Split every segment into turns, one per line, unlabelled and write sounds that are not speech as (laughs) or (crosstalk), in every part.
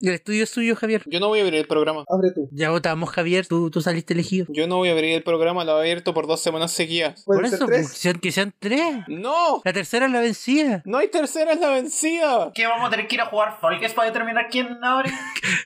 Y el estudio es suyo, Javier.
Yo no voy a abrir el programa.
Abre tú.
Ya votamos, Javier. Tú, tú saliste elegido.
Yo no voy a abrir el programa, lo he abierto por dos semanas seguidas.
Por
Pueden ser
eso,
tres.
pues, que sean- que sean tres.
¡No!
La tercera es la vencida.
¡No hay tercera, es la vencida!
¿Qué vamos a tener que ir a jugar Falkes para determinar quién abre?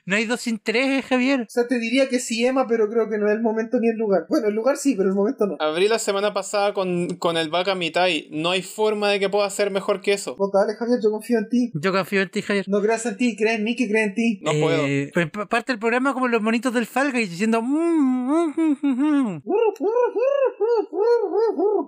No hay dos sin tres, Javier.
O sea, te diría que sí, Emma, pero creo que no es el momento ni el lugar. Bueno, el lugar sí, pero el momento no.
Abrí la semana pasada con, con el vaca Mitai. No hay forma de que pueda ser mejor que eso.
Vos dale, Javier, yo confío en ti.
Yo confío en ti, Javier.
No creas en ti, crees en mí que cree en ti.
No puedo.
Eh, pues, pa- parte el programa como los monitos del Falga y diciendo. "Mm, mm, mm, mm, mm".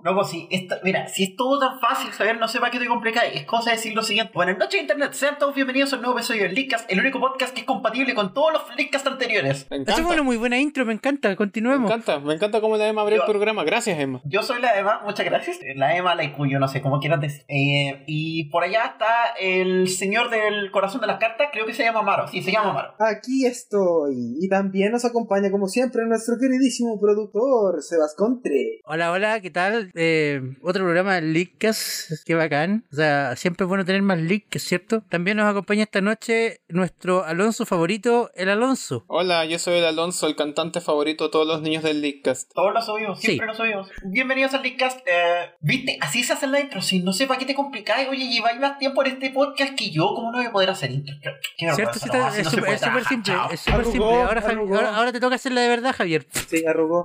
No, pues si esta- mira, si es todo tan fácil, saber no sé para qué te complicáis. Es cosa de decir lo siguiente. Buenas noches, Internet. Sean todos bienvenidos a un nuevo episodio del Leadcast, el único podcast que es compatible con todos los Leadcasts anteriores.
Me
Eso fue una
encanta.
muy buena intro, me encanta.
Me
Continuemos.
encanta. Me encanta cómo la Emma abrió el programa. Gracias, Emma.
Yo soy la Ema, muchas gracias. Eh, La Ema, la Icuyo, no sé cómo quieras decir. Eh, y por allá está el señor del corazón de las cartas, creo que se llama Maro. Sí, se llama Maro.
Aquí estoy. Y también nos acompaña, como siempre, nuestro queridísimo productor, Sebas Contre.
Hola, hola, ¿qué tal? Eh, otro programa de Leakcast, qué bacán. O sea, siempre es bueno tener más Leakcast, ¿cierto? También nos acompaña esta noche nuestro Alonso favorito, el Alonso.
Hola, yo soy el Alonso, el cantante favorito de todos los niños del Leadcast.
Todos los subimos,
Sí.
siempre los subimos. Bienvenidos al Leadcast. Eh, Viste, así se hace la intro. Si no sé para qué te complicáis, oye, lleváis más tiempo en este podcast que yo, ¿cómo no voy a poder hacer intro? Qué- qué
¿Cierto?
vergüenza,
Sí,
no,
está-
así
es
no se
súper
puede
es súper
trabajar,
simple,
chao.
es súper
Arrugó,
simple. Ahora, Javi-
arrugó.
ahora- ahora te toca hacer la de verdad, Javier. (laughs)
Sí, arrugó.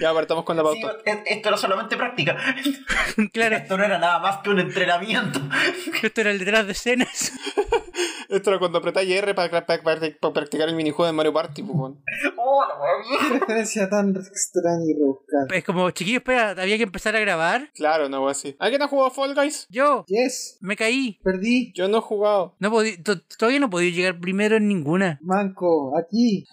Ya apartamos con la
Sí,
pauta.
es- esto era solamente práctica. (laughs)
claro,
Esto no era nada más que un entrenamiento. (laughs)
esto era el detrás de escenas.
Esto era cuando apretáis R para, para- para- para practicar el minijuego de Mario Party. pues, bueno.
Oh, la
(laughs)
wea.
Qué referencia tan extraña y rebuscada.
(laughs) Es como, chiquillo, espera, había que empezar a grabar.
Claro, no, así. ¿Alguien ha jugado Fall Guys?
Yo,
Yes,
me caí.
perdí.
Yo no he jugado.
No podí- to- todavía no he podido llegar primero en
(laughs)
ninguna.
Manco,
(laughs)
aquí.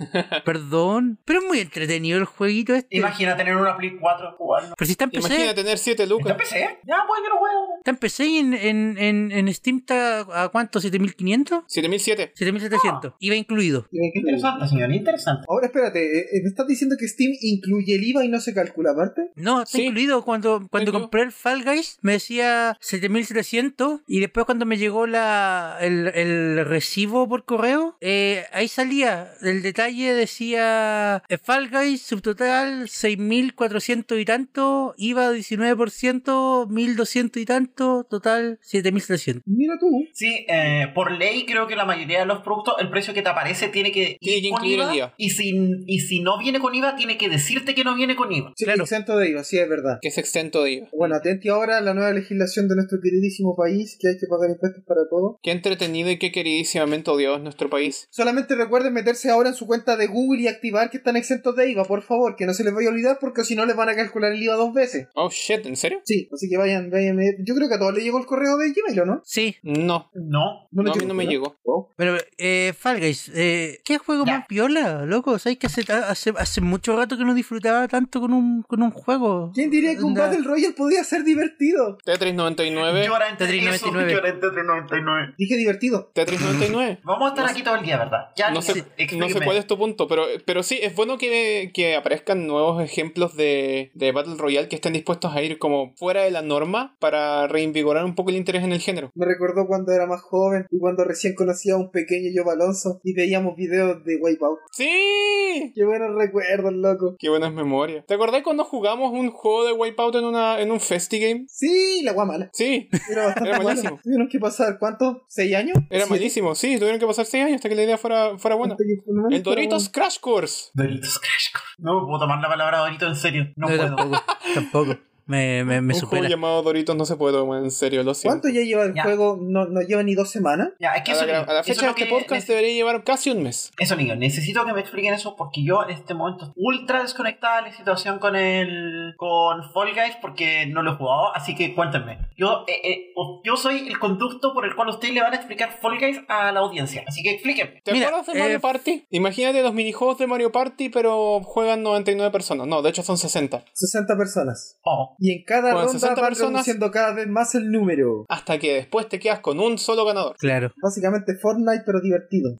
Perdón. Pero es muy entretenido el jueguito este.
Imagina tener una Play 4 jugarlo.
Pero si está en PC.
Imagina tener 7
¿Está
lucas.
en PC? Ya, pues yo no juego.
Está en PC y en, en, en, en Steam está a cuánto, 7500?
7007.
7700. IVA incluido.
Interesante, señor, interesante.
Ahora espérate, eh, eh, ¿me estás diciendo que Steam incluye el IVA y no se calcula aparte?
No, está
Sí.
incluido. Cuando, cuando
incluido.
compré el Fall Guys me decía 7700 y después cuando me llegó la, el, el recibo por correo, eh, ahí salía. El detalle decía eh, Fall Guys subtotal 6400 y tanto, IVA 19%, 1200 y tanto, total 7700.
Mira tú.
Sí, eh, por ley creo que la mayoría de los productos, el precio que te aparece tiene que
Tiene
ir
que
con
incluir el IVA.
Y si, y si no viene con IVA, tiene que decirte que no viene con IVA.
Sí,
Claro.
exento de IVA, sí, es verdad.
Que es exento de IVA.
Bueno, atenti ahora a la nueva legislación de nuestro queridísimo país, que hay que pagar impuestos para todo.
Qué entretenido y qué queridísimamente odiado es nuestro país.
Solamente recuerden meterse ahora en su cuenta de Google y activar que están exentos de IVA, por favor, que no se les vaya a olvidar porque si no les van a calcular el IVA dos veces.
Oh shit, ¿en serio?
Sí, así que vayan, vayan. eh, Yo creo que a todos les llegó el correo de Gmail, ¿o no?
Sí,
No,
No.
no, a mí no me
¿verdad?
llegó.
Oh.
Bueno, eh, Fall Guys, eh, ¿qué juego
Ya.
más piola, loco? ¿Sabes que hace, hace, hace mucho rato que no disfrutaba tanto con un, con un juego?
¿Quién diría que un
Onda-
Battle Royale podía ser divertido?
Tetris 99.
Yo ahora entre
Tetris
eso,
99.
yo ahora entre 99.
Dije divertido.
Tetris 99.
Vamos a estar aquí todo el día, ¿verdad? Ya,
No
niños,
sé, no sé
explíquenme.
cuál (clears throat) es tu punto, pero, pero sí, es bueno que, que aparezcan nuevos ejemplos de, de Battle Royale que estén dispuestos a ir como fuera de la norma para reinvigorar un poco el interés en el género.
Me recordó cuando era más joven y cuando recién conocía a un pequeño yo Alonso y veíamos videos de Wipeout.
¡Sí!
(laughs) Qué buenos recuerdos, loco.
Qué buenas memorias. ¿Te acordás cuando jugamos un juego de Wipeout en, una, en un FestiGame?
Sí, la guamala.
Sí,
Era bastante
Era
buena.
malísimo.
Tuvieron que pasar, ¿cuánto? ¿Seis años?
era
Siete.
malísimo. (laughs) Sí, tuvieron que pasar 6 años hasta que la idea fuera, fuera buena.
Hasta que por lo menos
El Doritos Crash Course.
Doritos Crash Course. No puedo tomar la palabra Doritos en serio.
No,
No, puedo.
tampoco, tampoco. Me, me, me
un juego
supera.
llamado Doritos no se puede tomar en serio, lo siento.
¿Cuánto ya lleva el
Ya.
juego? No, no lleva ni dos semanas.
Ya, es que
A la,
eso,
gra-
niños,
a la
eso
fecha
es
de
lo
este
que
podcast debería llevar casi un mes.
Eso, niños, necesito que me expliquen eso porque yo en este momento estoy ultra desconectada de la situación con el. con Fall Guys porque no lo he jugado, así que cuéntenme. Yo, eh, eh, o- yo soy el conducto por el cual ustedes le van a explicar Fall Guys a la audiencia, así que explíquenme.
¿Te
Mira,
acuerdas de
eh,
Mario Party? Imagínate los minijuegos de Mario Party, pero juegan 99 personas. No, de hecho son 60.
60 personas.
Oh,
Y en cada
Con
ronda
60
van
personas-
reduciendo cada vez más el número.
Hasta que después te quedas con un solo ganador.
Claro.
Básicamente Fortnite, pero divertido.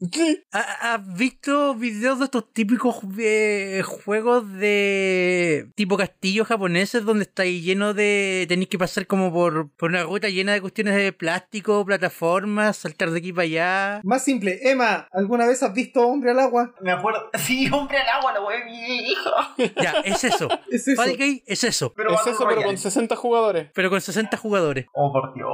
¿Ha- ¿Has visto videos de estos típicos eh, juegos de tipo castillos japoneses donde estáis lleno de... tenéis que pasar como por, por una ruta llena de cuestiones de plástico, plataformas, saltar de aquí para allá?
Más simple, Emma, ¿alguna vez has visto Hombre al Agua?
Me acuerdo. (laughs) Sí, hombre al agua, la wea de mi hijo.
(laughs)
Ya, es eso.
Es eso.
Fall Guys es eso,
Pero
es
Battle
eso, pero
Royale.
con 60 jugadores.
(laughs) pero con 60 jugadores.
Oh, por Dios.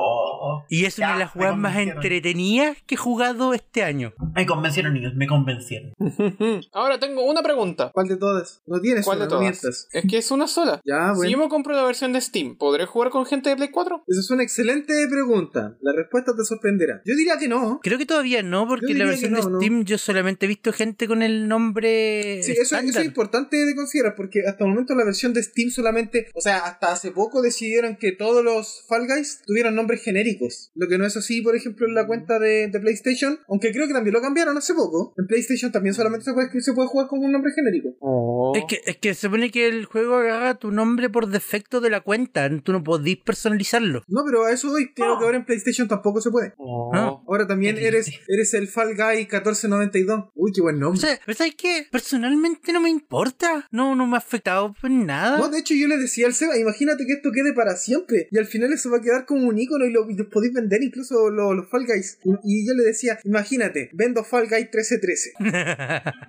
Y es
Ya,
una de las
me
jugadas más
convencieron.
entretenidas que he jugado este año.
Me convencieron, niños, me convencieron.
Ah. Ahora tengo una pregunta.
¿Cuál de todas? No tienes
¿Cuál
una,
de
no
todas?
mientas.
Es que es una sola.
Ya, ah, bueno.
Si yo me compro la versión de Steam, ¿podré jugar con gente de Play 4?
Esa es una excelente pregunta. La respuesta te sorprenderá. Yo diría que no.
Creo que todavía no, porque en la
diría
versión
que
de
no, no.
Steam yo solamente he visto gente con el nombre
Sí, eso, eso
estándar.
es importante de considerar porque hasta el momento la versión de Steam solamente, o sea, hasta hace poco decidieron que todos los Fall Guys tuvieran nombres genéricos. Lo que no es así, por ejemplo, en la cuenta de, de PlayStation, aunque creo que también lo cambiaron hace poco. En PlayStation también solamente se puede, se puede jugar con un nombre genérico.
Es que, es que se supone que el juego agarra tu nombre por defecto de la cuenta, tú no podís personalizarlo.
No, pero a eso hoy creo que ahora en PlayStation tampoco se puede.
Oh.
Oh,
Ah.
Ahora también
Qué
eres,
triste.
eres el Fall Guy 1492. Uy, qué buen
O
nombre.
sea, pero ¿sabes qué? Personalmente no me importa, no, no me ha afectado en nada.
No, de hecho yo le decía al Seba, imagínate que esto quede para siempre. Y al final eso va a quedar como un icono y lo, y lo podéis vender incluso lo- los Fall Guys. Y, y yo le decía, imagínate, vendo Fall Guy
(laughs)
1313.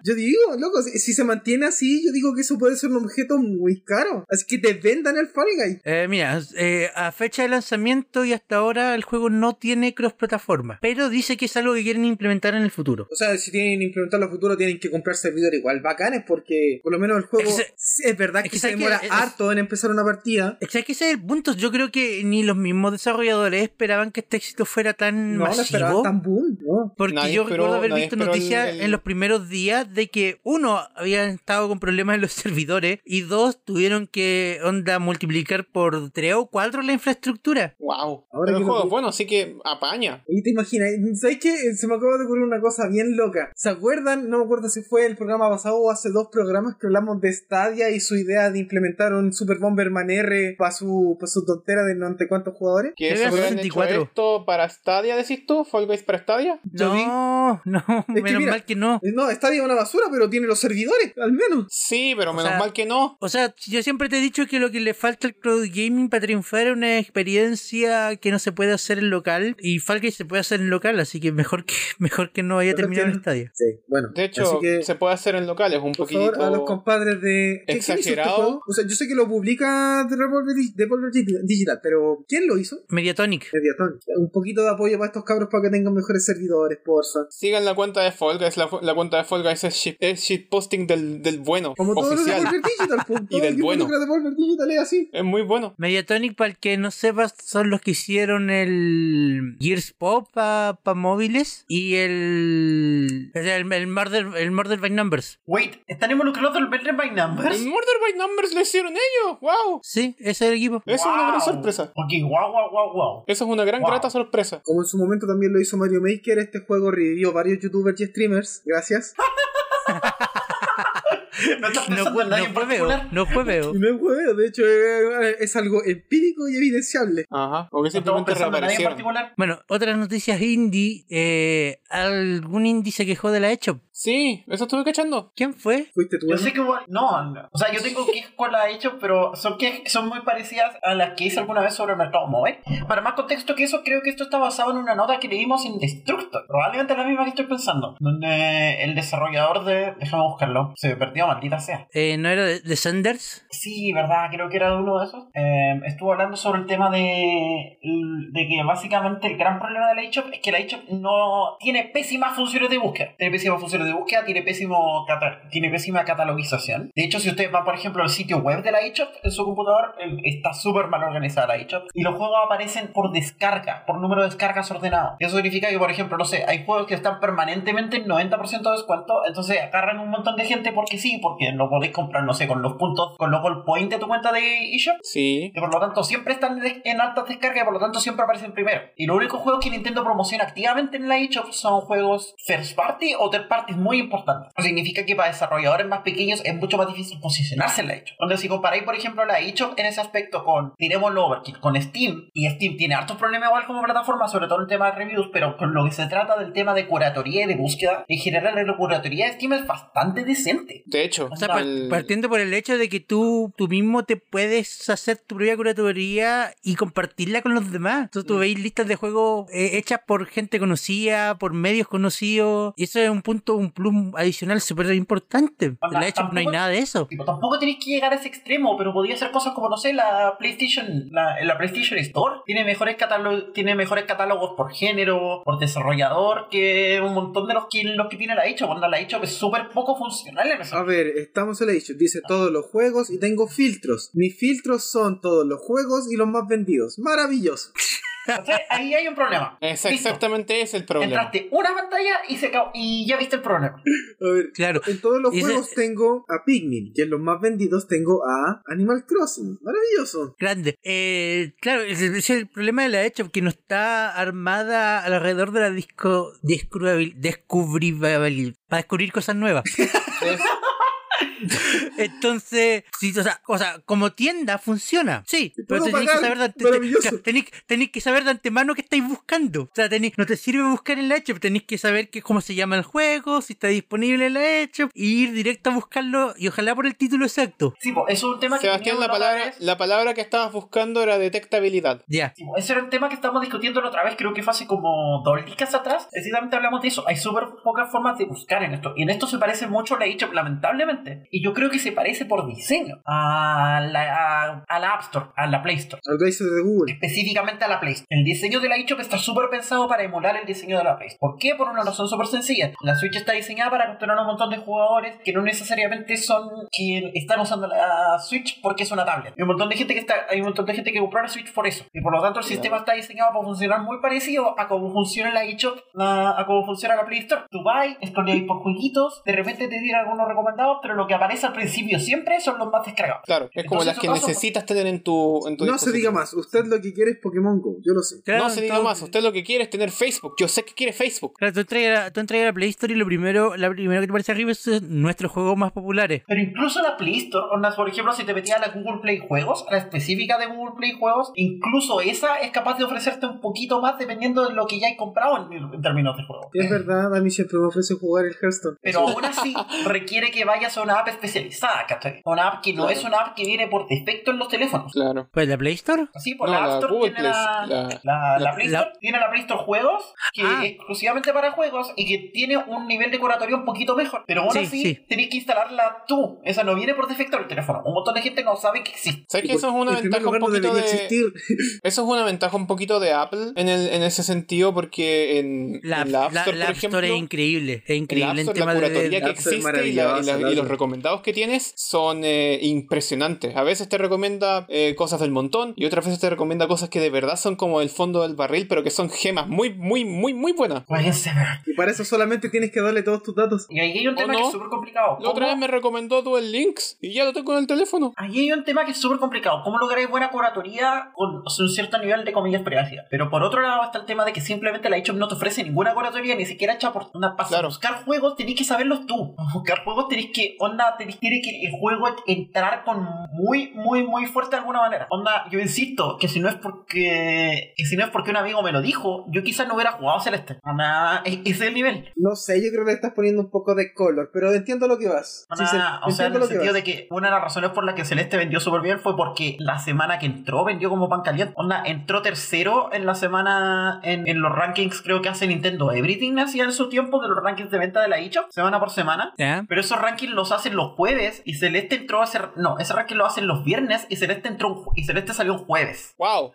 Yo digo, loco, si, si se mantiene así, yo digo que eso puede ser un objeto muy caro. Así que te vendan el Fall Guy.
Eh, mira, eh, a fecha de lanzamiento y hasta ahora el juego no tiene cross-plataforma, pero dice que es algo que quieren implementar en el futuro.
O sea, si tienen que implementarlo a futuro, tienen que comprar servidor igual bacanes porque por lo menos el juego
Es que se-
sí, es verdad
es
que,
que
se
sabes que
demora
es-
harto en empezar una partida.
O sea, que ese es el punto. Yo creo que ni los mismos desarrolladores esperaban que este éxito fuera tan
No, no
masivo.
esperaban tan boom. no.
Porque
Nadie
yo
esperó-
recuerdo haber
nadie
visto
esperó el-
noticias
el-
en los primeros días de que, uno, habían estado con problemas en los (laughs) servidores y dos, tuvieron que, onda, multiplicar por tres o cuatro la infraestructura.
Wow. Pero
Ahora que
el
lo
juego
vi-
es bueno, así que apaña.
Y te imaginas, ¿sabes qué? Se me acaba de ocurrir una cosa bien loca. ¿Se acuerdan? No me acuerdo si fue el programa pasado o hace dos programas que hablamos de Stadia y su idea de implementar un Super Bomberman R para su, pa' su tontera de no ante cuántos jugadores.
Creo
Que
que
eso
era
hubieran hecho
64.
esto para Stadia, decís tú, Fall Guys para Stadia.
Yo vi-
No, no,
que
menos
mira-
mal que no.
Eh, No, Stadia es una basura, pero tiene los servidores, al menos.
Sí, pero
O
menos
sea-
mal que no.
O sea, yo siempre te he dicho que lo que le falta al cloud gaming para triunfar es una experiencia que no se puede hacer en local y Fall Guys se puede hacer en local, así que mejor que (laughs) mejor que no haya
Mejor
terminado
que
en
no.
Stadia.
Sí, bueno.
De hecho,
así que,
se puede hacer en locales un
por
poquitito.
favor, a los compadres de... ¿Qué- quién hizo este
exagerado.
juego? o sea, yo sé que lo publica Devolver Dig- Devolver Dig- Digital, pero ¿quién lo hizo?
Mediatonic.
Mediatón. Un poquito de apoyo para estos cabros para que tengan mejores servidores, porfa.
Sigan la cuenta de Fall Guys. La, fu- la cuenta de Fall Guys es, shit, es shitposting del, del bueno.
Como todos los de
oficial.
Devolver Digital, pues,
Y del bueno.
Los de Devolver Digital es así.
Es muy bueno.
Mediatonic, para el que no sepas, son los que hicieron el Gears Pop para móviles y el. o sea, El, el, Murder, el Murder by Numbers.
Wait, ¿están involucrados el Better by
El
Ah.
Numbers?
Murder by Numbers lo hicieron ellos. ¡Wow!
Sí, ese es el equipo.
Eh,
Eso es una gran
Wow.
sorpresa.
Ok, wow, wow,
(laughs)
wow, wow.
Eso es una gran,
Wow.
grata sorpresa.
Como en su momento también lo hizo Mario Maker, este juego revivió varios youtubers y streamers. Gracias.
No estás
No,
pensando en nadie en
no juego,
particular.
no juego.
Y no es hueveo, de hecho eh, es algo empírico y evidenciable.
Ajá. O que
No estamos
simplemente
pensando en nadie en
reaparecieron.
particular.
Bueno, otras noticias indie. eh, ¿Algún indie se quejó de la hecho?
Sí, eso estuve cachando.
¿Quién fue?
Fuiste tú.
Yo
Emma?
sé que hubo- no, no. o sea, yo tengo quejas con la hecho, pero son que son muy parecidas a las que hice alguna vez sobre el mercado móvil. Para más contexto que eso, creo que esto está basado en una nota que leímos en Destructor, probablemente la misma que estoy pensando, donde el desarrollador de, déjame buscarlo, se perdió, maldita sea.
Eh, ¿No era de, de Sanders?
Sí, verdad, creo que era uno de esos. Eh, estuvo hablando sobre el tema de, de que básicamente el gran problema de la eShop es que la eShop no tiene pésimas funciones de búsqueda. Tiene pésimas funciones de búsqueda, tiene, pésimo cata- tiene pésima catalogización. De hecho, si ustedes van, por ejemplo, al sitio web de la eShop en su computador, eh, está súper mal organizada la eShop. Y los juegos aparecen por descarga, por número de descargas ordenado. Eso significa que, por ejemplo, no sé, hay juegos que están permanentemente en 90% de descuento, entonces agarran un montón de gente porque sí, sí, porque lo podéis comprar, no sé, con los puntos, con los gold point de tu cuenta de eShop.
Sí.
Que por lo tanto siempre están de- en altas descargas y por lo tanto siempre aparecen primero. Y los únicos juegos que Nintendo promociona activamente en la eShop son juegos first party o third party muy importantes. Eso significa que para desarrolladores más pequeños es mucho más difícil posicionarse en la eShop. Donde si comparáis, por ejemplo, la eShop en ese aspecto con, diremos, Overkill, con Steam, y Steam tiene hartos problemas igual como plataforma, sobre todo en el tema de reviews, pero con lo que se trata del tema de curatoría y de búsqueda, en general la curatoría de Steam es bastante decente.
De hecho,
O sea, par-
el-
partiendo por el hecho de que tú, tú mismo te puedes hacer tu propia curatoría y compartirla con los demás. Entonces tú veis listas de juegos eh, hechas por gente conocida, por medios conocidos. Y eso es un punto, un plus adicional súper importante. En
Onda,
la hecho no hay
tampoco-
nada de eso.
Tipo, tampoco tenéis que llegar a ese extremo, pero podía hacer cosas como, no sé, la PlayStation, la, la PlayStation Store tiene mejores, catálogos, tiene mejores catálogos por género, por desarrollador, que un montón de los que, los que tiene la hecho. Cuando la hecho es súper poco funcional en
A (laughs)
eso.
ver, estamos en la eShop. Dice todos los juegos y tengo filtros. Mis filtros son todos los juegos y los más vendidos. Maravilloso.
Entonces, ahí hay un problema.
es
Listo.
exactamente ese el problema.
Entraste una pantalla y se acabó- y ya viste el problema.
A ver,
Claro.
en todos los
Y ese-
juegos tengo a Pikmin. Y en los más vendidos tengo a Animal Crossing. Maravilloso.
Grande. Eh, claro, es, es el problema de la hecho que no está armada alrededor de la disco descubribil- descubribil- para descubrir cosas nuevas.
Es-
Entonces, sí, o sea, o sea, como tienda funciona, sí, pero
puedo
tenéis que,
pagar,
saber de ante-
maravilloso.
te- tenéis- tenéis que saber de antemano qué estáis buscando. O sea, tenéis- no te sirve buscar en la eShop, tenéis que saber qué, cómo se llama el juego, si está disponible en la eShop, y ir directo a buscarlo, y ojalá por el título exacto.
Sí, po, eso es un tema que.
Sebastián,
teníamos
la palabra,
otra vez.
la palabra que estabas buscando era detectabilidad.
Ya.
Sí, po, Ese era un tema que estábamos discutiendo la otra vez, creo que fue hace como dos días atrás. Precisamente hablamos de eso. Hay súper pocas formas de buscar en esto. Y en esto se parece mucho a la eShop, lamentablemente. Y yo creo que se parece por diseño a la, a- a la App Store, a la Play Store.
Al Blazer de Google.
específicamente a la Play. El diseño de la eShop está súper pensado para emular el diseño de la Play. ¿Por qué? Por una razón súper sencilla. La Switch está diseñada para capturar a un montón de jugadores que no necesariamente son quienes están usando la Switch porque es una tablet. Hay un montón de gente que está, hay un montón de gente que compró la Switch por eso. Y por lo tanto el sistema está diseñado para funcionar muy parecido a cómo funciona la eShop, la- a cómo funciona la Play Store. Tú vas, escroleas por jueguitos, de repente te tiran algunos recomendados, pero lo que aparece al principio siempre son los más descargados.
Claro, es como
Entonces,
las que
eso pasa por-
necesitas tener en tu, en tu
No se
dispositivo.
diga más. Usted lo que quiere es Pokémon Go. Yo lo sé.
Claro,
no se diga
entonces-
más. Usted lo que quiere es tener Facebook. Yo sé que quiere Facebook.
Claro, tú entras a la- tú entras a la Play Store y lo primero, la primero que te aparece arriba es eh, nuestros juegos más populares.
Pero incluso la Play Store, o las- por ejemplo, si te metías a la Google Play Juegos, a la específica de Google Play Juegos, incluso esa es capaz de ofrecerte un poquito más dependiendo de lo que ya hay comprado en, en términos de juego.
Eh.
Es verdad, a mí siempre me ofrece jugar el Hearthstone.
Pero aún así requiere que vayas a una app especializada, ¿cachai? Una app que no
Claro.
es una app que viene por defecto en los teléfonos.
Claro.
¿Pues la Play Store?
Sí, por
No,
la
la
App Store
Google
tiene la,
Play,
la,
la-
la
la-
Play Store, tiene la Play Store Juegos, que
Ah.
es exclusivamente para juegos y que tiene un nivel de curatoría un poquito mejor. Pero aún
Sí,
así,
sí.
tenés que instalarla tú. Esa no viene por defecto en el teléfono. Un montón de gente no sabe que existe.
¿Sabes que
Y
eso es
por-
una
en primer
ventaja un
lugar, no
poquito de.
debería existir.
Eso es una ventaja un poquito de Apple en, el, en ese sentido, porque en
La,
en la App
la-
Store,
la
por
App Store es
ejemplo.
increíble, es
en La, App
increíble en
Store, la
tema de...
curatoría
la
que
App Store es
existe y, la- y la-
maravillosa,
y
la-
los recomendados que tienes son eh, impresionantes. A veces te recomienda eh, cosas del montón y otras veces te recomienda cosas que de verdad son como el fondo del barril, pero que son gemas muy, muy, muy, muy buenas.
Jueguense, ¿verdad?
Y para eso solamente tienes que darle todos tus datos.
Y ahí hay un
¿O
tema
no?
que es súper complicado.
La otra
¿Cómo-
vez me recomendó Duel Links y ya lo tengo en el teléfono.
Ahí hay un tema que es súper complicado. ¿Cómo lográis buena curatoría con o sea, un cierto nivel de comillas privacidad? Pero por otro lado está el tema de que simplemente la eShop no te ofrece ninguna curatoría, ni siquiera hecha por una para
Claro.
Buscar juegos tenés que saberlos tú. (laughs) Para Buscar juegos tenés que, onda, tenés tiene que el juego entrar con muy, muy, muy fuerte de alguna manera. Onda, yo insisto, que si no es porque, que si no es porque un amigo me lo dijo, yo quizás no hubiera jugado Celeste. Onda, e- ese es el nivel.
No sé, yo creo que le estás poniendo un poco de color, pero entiendo lo que vas.
Una-
Sí, se-
Ah, o sea, en
entiendo
el
lo que vas.
sentido de que una de las razones por las que Celeste vendió súper bien fue porque la semana que entró vendió como pan caliente. Onda, entró tercero en la semana en, en los rankings, creo que hace Nintendo Everything, hacía en su tiempo de los rankings de venta de la eShop, semana por semana.
¿Ya?
Pero esos rankings los hacen los jueves y Celeste entró a hacer. No, ese ranking lo hacen los viernes y Celeste entró un ju- y Celeste salió un jueves.
(laughs)
¡Wow!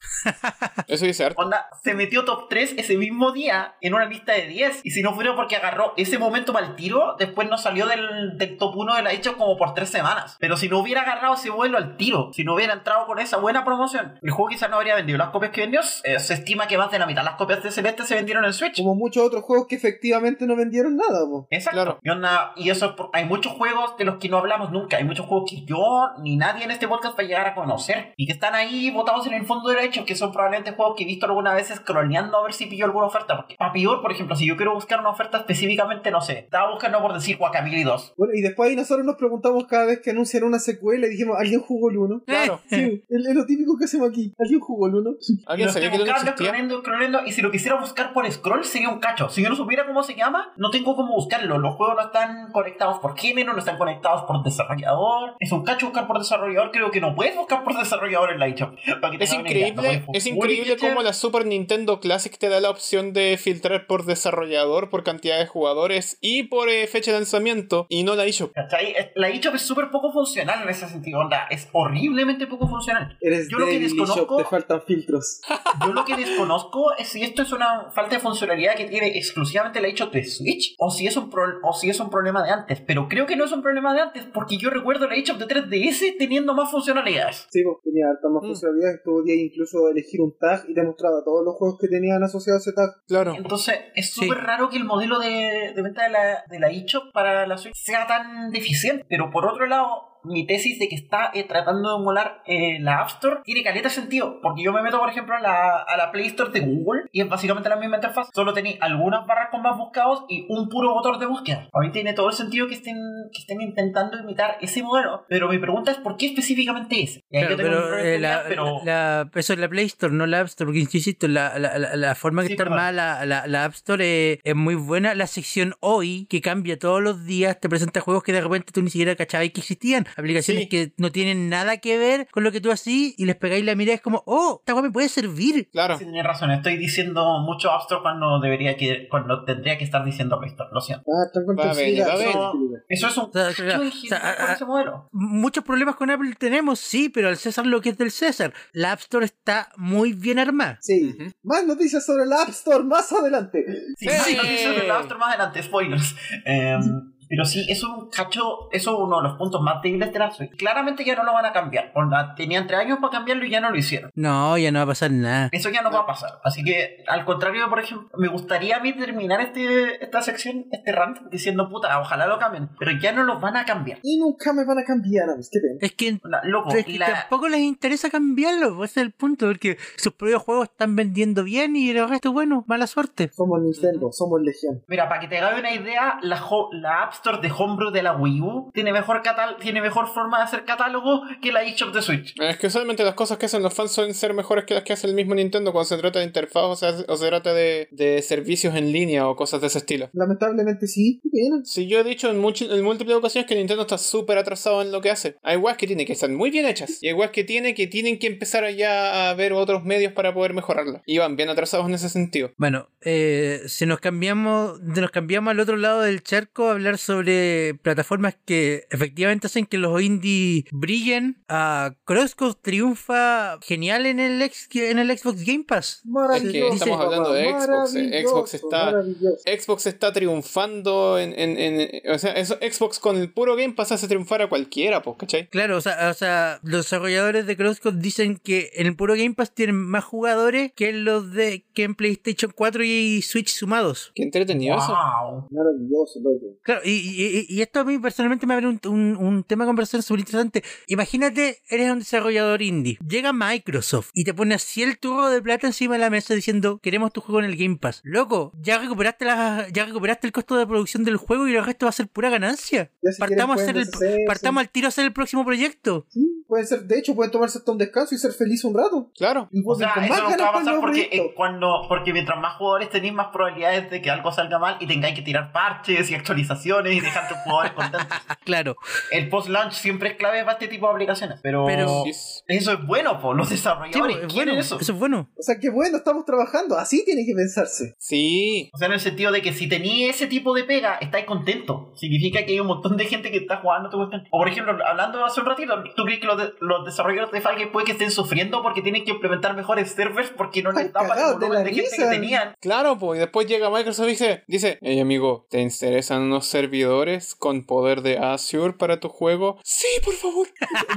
Eso dice harto.
Onda, se metió top 3 ese mismo día en una lista de 10. Y si no fuera porque agarró ese momento mal tiro, después no salió del, del top 1 de la hecho como por 3 semanas. Pero si no hubiera agarrado ese vuelo al tiro, si no hubiera entrado con esa buena promoción, el juego quizás no habría vendido las copias que vendió. Eh, se estima que más de la mitad de las copias de Celeste se vendieron en Switch.
Como muchos otros juegos que efectivamente no vendieron nada, po.
Exacto.
Claro.
Y, onda, y eso es por- hay muchos juegos juegos de los que no hablamos nunca. Hay muchos juegos que yo ni nadie en este podcast va a llegar a conocer y que están ahí botados en el fondo derecho, que son probablemente juegos que he visto alguna vez scrolleando a ver si pillo alguna oferta. Porque Papior, por ejemplo, si yo quiero buscar una oferta específicamente, no sé, estaba buscando por decir Guacamole 2.
Bueno, y después ahí nosotros nos preguntamos cada vez que anuncian una secuela y dijimos, ¿alguien jugó el
(laughs)
uno?
(laughs)
Claro.
Sí, es es lo típico que hacemos aquí. ¿Alguien jugó el uno?
Y
¿Alguien
lo
sabía que
estoy
no
buscando,
existía?
scrolleando, scrolleando, y si lo quisiera buscar por scroll sería un cacho. Si yo no supiera cómo se llama, no tengo cómo buscarlo. Los juegos no están conectados por género, no están conectados por desarrollador. Es un cacho buscar por desarrollador. Creo que no puedes buscar por desarrollador en la eShop. Para que
Es
tengan una idea, no
increíble,
puedes
es increíble
publisher.
cómo la Super Nintendo Classic te da la opción de filtrar por desarrollador, por cantidad de jugadores y por eh, fecha de lanzamiento y no la eShop.
¿Cachai? Es- La eShop es súper poco funcional en ese sentido. Onda, es horriblemente poco funcional.
Eres
Yo lo que
débil,
desconozco-
Bishop, te faltan filtros.
Yo lo que desconozco es si esto es una falta de funcionalidad que tiene exclusivamente la eShop de Switch o si es un pro- o si es un problema de antes, pero creo que no es un problema de antes porque yo recuerdo la eShop de 3DS teniendo más funcionalidades.
Sí, pues tenía harta más
Mm.
posibilidades. Tú podías incluso elegir un tag y te mostraba todos los juegos que tenían asociados a ese tag.
Claro.
Entonces es
Sí.
súper raro que el modelo de, de venta de la, de la eShop para la Switch sea tan deficiente, pero por otro lado... Mi tesis de que está eh, tratando de emular eh, la App Store tiene caleta sentido, porque yo me meto, por ejemplo, a la, a la Play Store de Google y es básicamente la misma interfaz, solo tenéis algunas barras con más buscados y un puro motor de búsqueda. A mí tiene todo el sentido que estén, que estén intentando imitar ese modelo, pero mi pregunta es: ¿por qué específicamente ese? Y ahí
Claro,
yo tengo un
pero,
problema,
eh, la,
pero-
la- eso es la Play Store, no la App Store, porque insisto, la, la, la, la forma que
Sí,
está
claro.
armada la, la, la App Store eh, es, es muy buena. La sección hoy, que cambia todos los días, te presenta juegos que de repente tú ni siquiera cachabas que existían. Aplicaciones
Sí.
que no tienen nada que ver con lo que tú así y les pegáis la mirada, es como, oh, esta weá me puede servir.
Claro.
Sí, tienes razón, estoy diciendo mucho App Store cuando debería que, cuando tendría que estar diciendo Play Store, lo siento.
Ah, están con
Va a
toxicidad.
ver,
va a ver. Eso es un
sea,
cacho
claro,
en
o sea,
general
a-
con
a-
ese modelo.
Muchos problemas con Apple tenemos, sí, pero al César lo que es del César. La App Store está muy bien armada.
Sí.
Ujú.
Más noticias sobre el App Store más adelante.
Sí,
¡Eh!
sí. sobre la App Store más adelante, spoilers. Em, pero sí, eso es un cacho, eso es uno de los puntos más débiles de la Switch. Claramente ya no lo van a cambiar. Onda, tenían tres años para cambiarlo y ya no lo hicieron.
No, ya no va a pasar nada.
Eso ya no va a pasar. Así que, al contrario, por ejemplo, me gustaría a mí terminar este, esta sección, este rant, diciendo, puta, ojalá lo cambien. Pero ya no lo van a cambiar.
Y nunca me van a cambiar, amigos. Qué pena.
Es que
Onda, loco,
Pero es que
la-
tampoco les interesa cambiarlo, pues, ese es el punto, porque sus propios juegos están vendiendo bien y el resto, bueno, mala suerte.
Somos Nintendo, somos Legión.
Mira, para que te hagas una idea, la, ho- la App Store de Homebrew de la Wii U tiene mejor, catal tiene mejor forma de hacer catálogo que la eShop de Switch.
Es que usualmente las cosas que hacen los fans suelen ser mejores que las que hace el mismo Nintendo cuando se trata de interfaz o, sea, o se trata de, de servicios en línea o cosas de ese estilo.
Lamentablemente sí. Qué pena.
Si yo he dicho en, much- en múltiples ocasiones que Nintendo está súper atrasado en lo que hace. Hay weas que tiene que estar muy bien hechas. Y hay weas que tiene que tienen que empezar ya a ver otros medios para poder mejorarla. Y van bien atrasados en ese sentido.
Bueno, eh, si nos cambiamos, de- nos cambiamos al otro lado del charco a hablar sobre plataformas que efectivamente hacen que los indie brillen, a Crosscode triunfa genial en el, ex- en el Xbox Game Pass.
Maravilloso.
Es que estamos
papá,
hablando de Xbox, eh.
maravilloso,
Xbox está-
maravilloso.
Xbox está triunfando en... en- en- o sea, eso- Xbox con el puro Game Pass hace triunfar a cualquiera, pues, ¿cachai?
Claro, o sea, o sea, los desarrolladores de CrossCode dicen que en el puro Game Pass tienen más jugadores que los de que en PlayStation 4 y Switch sumados.
Qué entretenido eso.
¡Wow!
Maravilloso, loco.
Claro, y, y- y- y esto a mí personalmente me abre un, un- un tema de conversación súper interesante. Imagínate, eres un desarrollador indie. Llega Microsoft y te pone así el turro de plata encima de la mesa diciendo, queremos tu juego en el Game Pass. Loco, ya recuperaste, la, ya recuperaste el costo de producción del juego y el resto va a ser pura ganancia.
Ya si
partamos, a hacer
quieren
el-
pueden deshacerse.
partamos al tiro a hacer el próximo proyecto.
Sí, pueden ser, de hecho, pueden tomarse hasta un descanso y ser feliz un rato.
Claro.
Y
O
vuelven
sea,
con
eso
Pues más
nunca
ganas para
va a
el
pasar
nuevo
porque,
proyecto.
eh, cuando, porque mientras más jugadores tenéis más probabilidades de que algo salga mal y tengáis que tirar parches y actualizaciones y dejar tus
(laughs)
jugadores contentos.
Ah, Claro.
El post-launch siempre es clave para este tipo de aplicaciones. Pero,
Pero-
Sí, es-
eso es bueno, por los
Sí, pues,
desarrolladores.
es
quieren
bueno,
eso.
eso es bueno.
O sea, que bueno, estamos trabajando. Así tiene que
(laughs)
pensarse.
Sí.
O sea, en el sentido de que si tenía ese tipo de pega, estáis contento. Significa que hay un montón de gente que está jugando tu cuestión. O por ejemplo, hablando hace un ratito, ¿tú crees que los, de- los desarrolladores de Fall Guys puede que estén sufriendo porque tienen que implementar mejores servers porque no les
Están
da para el
cagados de
volumen de,
la
gente que
risa.
tenían?
Claro, pues, y después llega Microsoft y dice, dice, hey amigo, ¿te interesan unos servidores con poder de Azure para tu juego? Sí, por favor.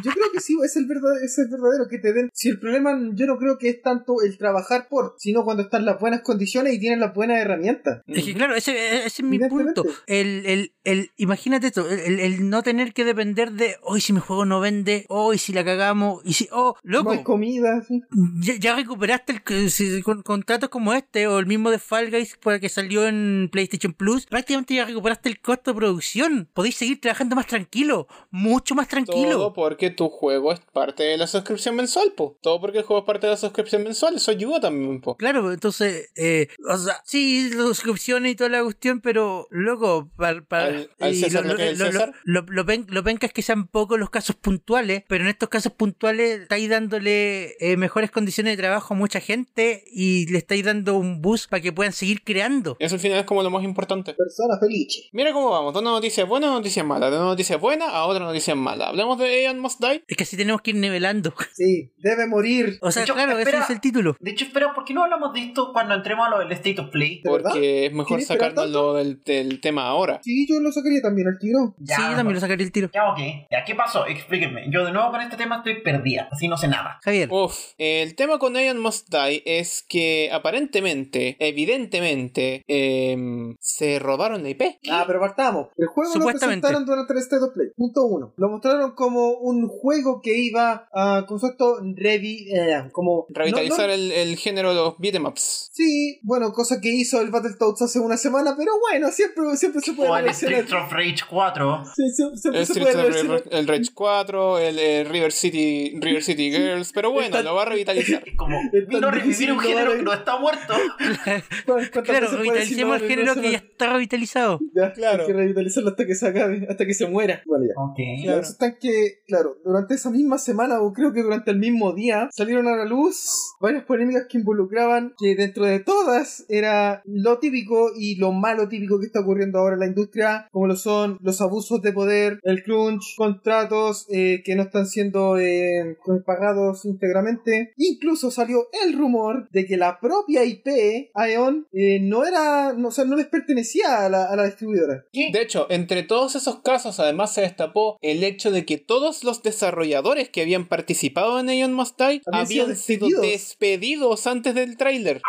Yo creo que sí, es el verdadero, es el verdadero que te den. Si el problema yo no creo que es tanto el trabajar por, sino cuando están las buenas condiciones y tienes las buenas herramientas.
Es que claro, ese, e-, ese es mi
Evidentemente.
punto. El, el, el, imagínate esto, el, el no tener que depender de, hoy si mi juego no vende, hoy si la cagamos, y si, oh,
No hay
loco,
Pues comida, sí.
ya, ya recuperaste el, que- si- con, contratos como este o el mismo de Fall Guys pues, que salió en PlayStation Plus, prácticamente ya recuperaste el costo de producción, podéis seguir trabajando más tranquilo, mucho más
Todo
tranquilo.
porque tu juego es parte de la suscripción mensual, po. Todo porque el juego es parte de la suscripción mensual. Eso ayuda también, po.
Claro, entonces, eh, o sea, sí, las suscripciones y toda la cuestión, pero, loco, para,
Al- al
y
César
lo-
lo que es el
lo- lo-
César.
lo- lo pen- lo penca es que sean pocos los casos puntuales, pero en estos casos puntuales estáis dándole eh, mejores condiciones de trabajo a mucha gente y le estáis dando un boost para que puedan seguir creando.
Eso al final es como lo más importante.
Persona feliz.
Mira cómo vamos, de una noticia buena a una noticia mala, de una noticia buena a otra noticia mala. Hablemos de Aeon Must Die.
Es que así tenemos que ir nivelando. (laughs)
Sí, debe morir.
O sea,
Yo-
claro,
espera.
ese es el título.
De hecho, espera, ¿por qué no hablamos de esto cuando entremos a lo del State of Play?
¿De verdad?
Porque es mejor
¿Quieres esperar
sacarnos lo del, del tema ahora.
Sí, yo lo sacaría también al tiro.
Ya,
sí, yo también
pues.
lo sacaría el tiro.
Ya, ok. Ya, ¿qué pasó? Explíquenme. Yo de nuevo con este tema estoy perdida. Así no sé nada.
(laughs)
Javier,
Uf, el tema con Aeon Must Die es que aparentemente, evidentemente, em, se robaron la IP.
Ah, pero partamos. El juego lo
Supuestamente.
presentaron durante el State of Play. Punto uno. Lo mostraron como un juego que iba a concepto revi... eh, como...
Revitalizar
no- no-
El, el género de los
(laughs)
beatemaps.
Sí, bueno, cosa que hizo el Battletoads hace una semana, pero bueno, siempre, siempre se puede
O el
reaccionar.
Street of Rage 4.
Sí, sí, siempre
El,
se
Street
puede
of
reaccionar.
Rage- el Rage 4, el, eh, River City River City Girls, pero bueno,
Está-
lo va a
(laughs)
revitalizar.
Es como,
Es
vino
tan
a revivir
difícil
un género
innovar
que no está muerto.
¿Cuántas
claro,
veces puede decir no,
revitalicemos el
no,
género
no,
que ya está revitalizado.
Ya,
Claro.
Hay que revitalizarlo hasta que se acabe, hasta que se muera. Bueno, ya.
Ok.
La cosa está en que, claro, durante esa misma semana, o creo que durante el mismo día, salieron a la luz varias polémicas que involucraban que dentro de todas era lo típico y lo malo típico que está ocurriendo ahora en la industria, como lo son los abusos de poder, el crunch, contratos eh, que no están siendo eh, pagados íntegramente. Incluso salió el rumor de que la propia IP, Aeon, eh, no era, no, o sea, no les pertenecía a la, a la distribuidora.
¿Qué?
De hecho, entre todos esos casos, además se destapó el hecho de que todos los desarrolladores que habían participado en Aeon Must Die
Habían sido
habían sido
despedidos.
despedidos antes del tráiler.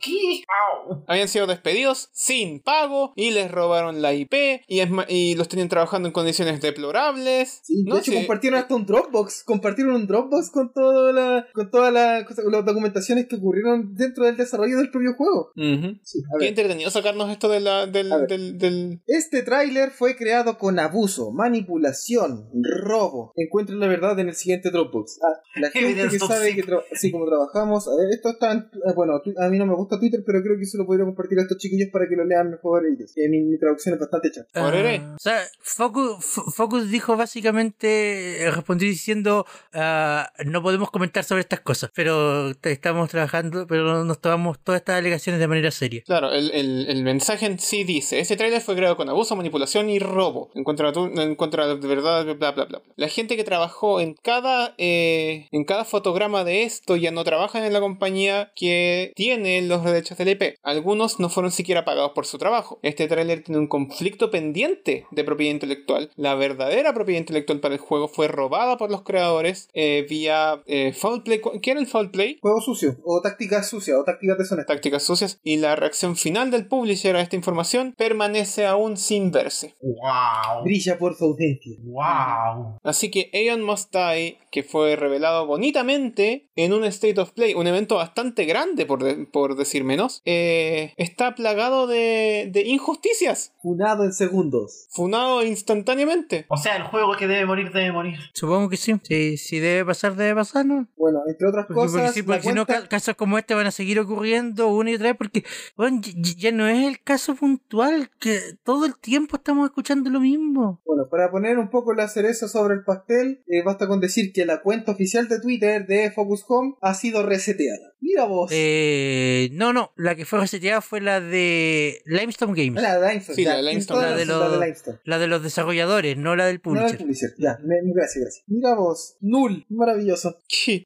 ¿Qué? Au.
Habían sido despedidos sin pago y les robaron la IP y, es ma- y los tenían trabajando en condiciones deplorables.
Sí, de hecho,
sé.
compartieron hasta un Dropbox. Compartieron un Dropbox con toda la, con todas las cosas- las documentaciones que ocurrieron dentro del desarrollo del propio juego.
Ujú.
Sí, a
Qué
ver.
entretenido sacarnos esto de la, del,
A ver.
del- del-
Este tráiler fue creado con abuso, manipulación, robo. Encuentren la verdad en el siguiente Dropbox. Ah, la gente que
(laughs) Evidence of
sabe
Zip.
que tra- sí, como trabajamos. A ver, esto está en- eh, bueno, tu- a mí no me gusta Twitter, pero creo que eso lo podría compartir a estos chiquillos para que lo lean mejor ellos. Eh, mi, mi traducción es bastante chata.
Ah,
Orere.
o sea, Focus, F- Focus dijo básicamente, eh, respondió diciendo, ah, no podemos comentar sobre estas cosas, pero te- estamos trabajando, pero nos tomamos todas estas alegaciones de manera seria.
Claro, el, el- el mensaje en sí dice, este tráiler fue creado con abuso, manipulación y robo. En contra, tu- en contra de verdad, bla, bla, bla, bla. La gente que trabajó en cada, eh, en cada fotograma de esto ya no trabajan en la compañía que tiene los derechos del IP. Algunos no fueron siquiera pagados por su trabajo. Este tráiler tiene un conflicto pendiente de propiedad intelectual. La verdadera propiedad intelectual para el juego fue robada por los creadores eh, vía eh, foul play. ¿Cu- ¿Qué era el foul play?
Juego sucio, o tácticas sucias, o tácticas deshonestas.
tácticas sucias y la reacción final del publisher a esta información permanece aún sin verse.
Wow.
Brilla por su ausencia.
Wow.
Así que Aeon Must Die, que fue revelado bonitamente en un State of Play, un evento bastante grande por, de- por decir menos, eh, está plagado de, de injusticias,
Funado en segundos.
funado instantáneamente. (laughs)
O sea, el juego que debe morir, debe morir.
Supongo que sí. Si, si debe pasar, debe pasar, ¿no?
Bueno, entre otras
Porque, porque
cosas,
sí,
la
porque si no,
cuenta-
ca- casos como este van a seguir ocurriendo una y otra vez, porque bueno, ya- ya no es el caso puntual, que todo el tiempo estamos escuchando lo mismo.
bueno, para poner un poco la cereza sobre el pastel, eh, basta con decir que la cuenta oficial de Twitter de Focus Home ha sido reseteada. Mira vos.
Eh, No, no, la que fue reseteada fue la de Limestone Games.
Ah, La de Limestone.
Sí,
ya,
la de
tienes
Limestone.
toda
La de
razón, la
los-
de Limestone.
La de los desarrolladores, no la del
No la de
publisher.
Publisher. Ya, me- gracias, gracias. Mira vos, Null, maravilloso. (laughs)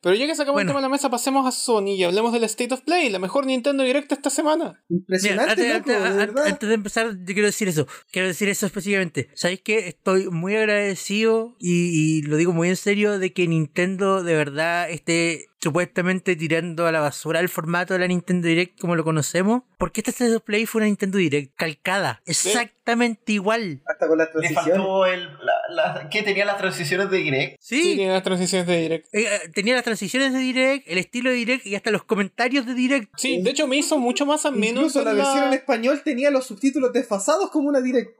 Pero ya que sacamos
Bueno.
el tema de la mesa, pasemos a Sony y hablemos del State of Play, la mejor Nintendo Direct esta semana.
Mira,
Impresionante,
antes,
loco,
antes-
de
antes-
verdad.
antes de empezar, yo quiero decir eso. Quiero decir eso específicamente. ¿Sabéis qué? Estoy muy agradecido y, y lo digo muy en serio de que Nintendo de verdad esté supuestamente tirando a la basura el formato de la Nintendo Direct como lo conocemos. Porque este State of Play fue una Nintendo Direct calcada. Exactamente igual.
Hasta con las
Le
transiciones.
faltó el. La, la- que tenía las transiciones de Direct.
Sí,
Sí.
tiene las transiciones de Direct.
eh, eh, tenía las transiciones de Direct, el estilo de Direct y hasta los comentarios de Direct.
Sí, de hecho me hizo mucho más a menos
Incluso la versión en
la...
español tenía los subtítulos desfasados como una direct.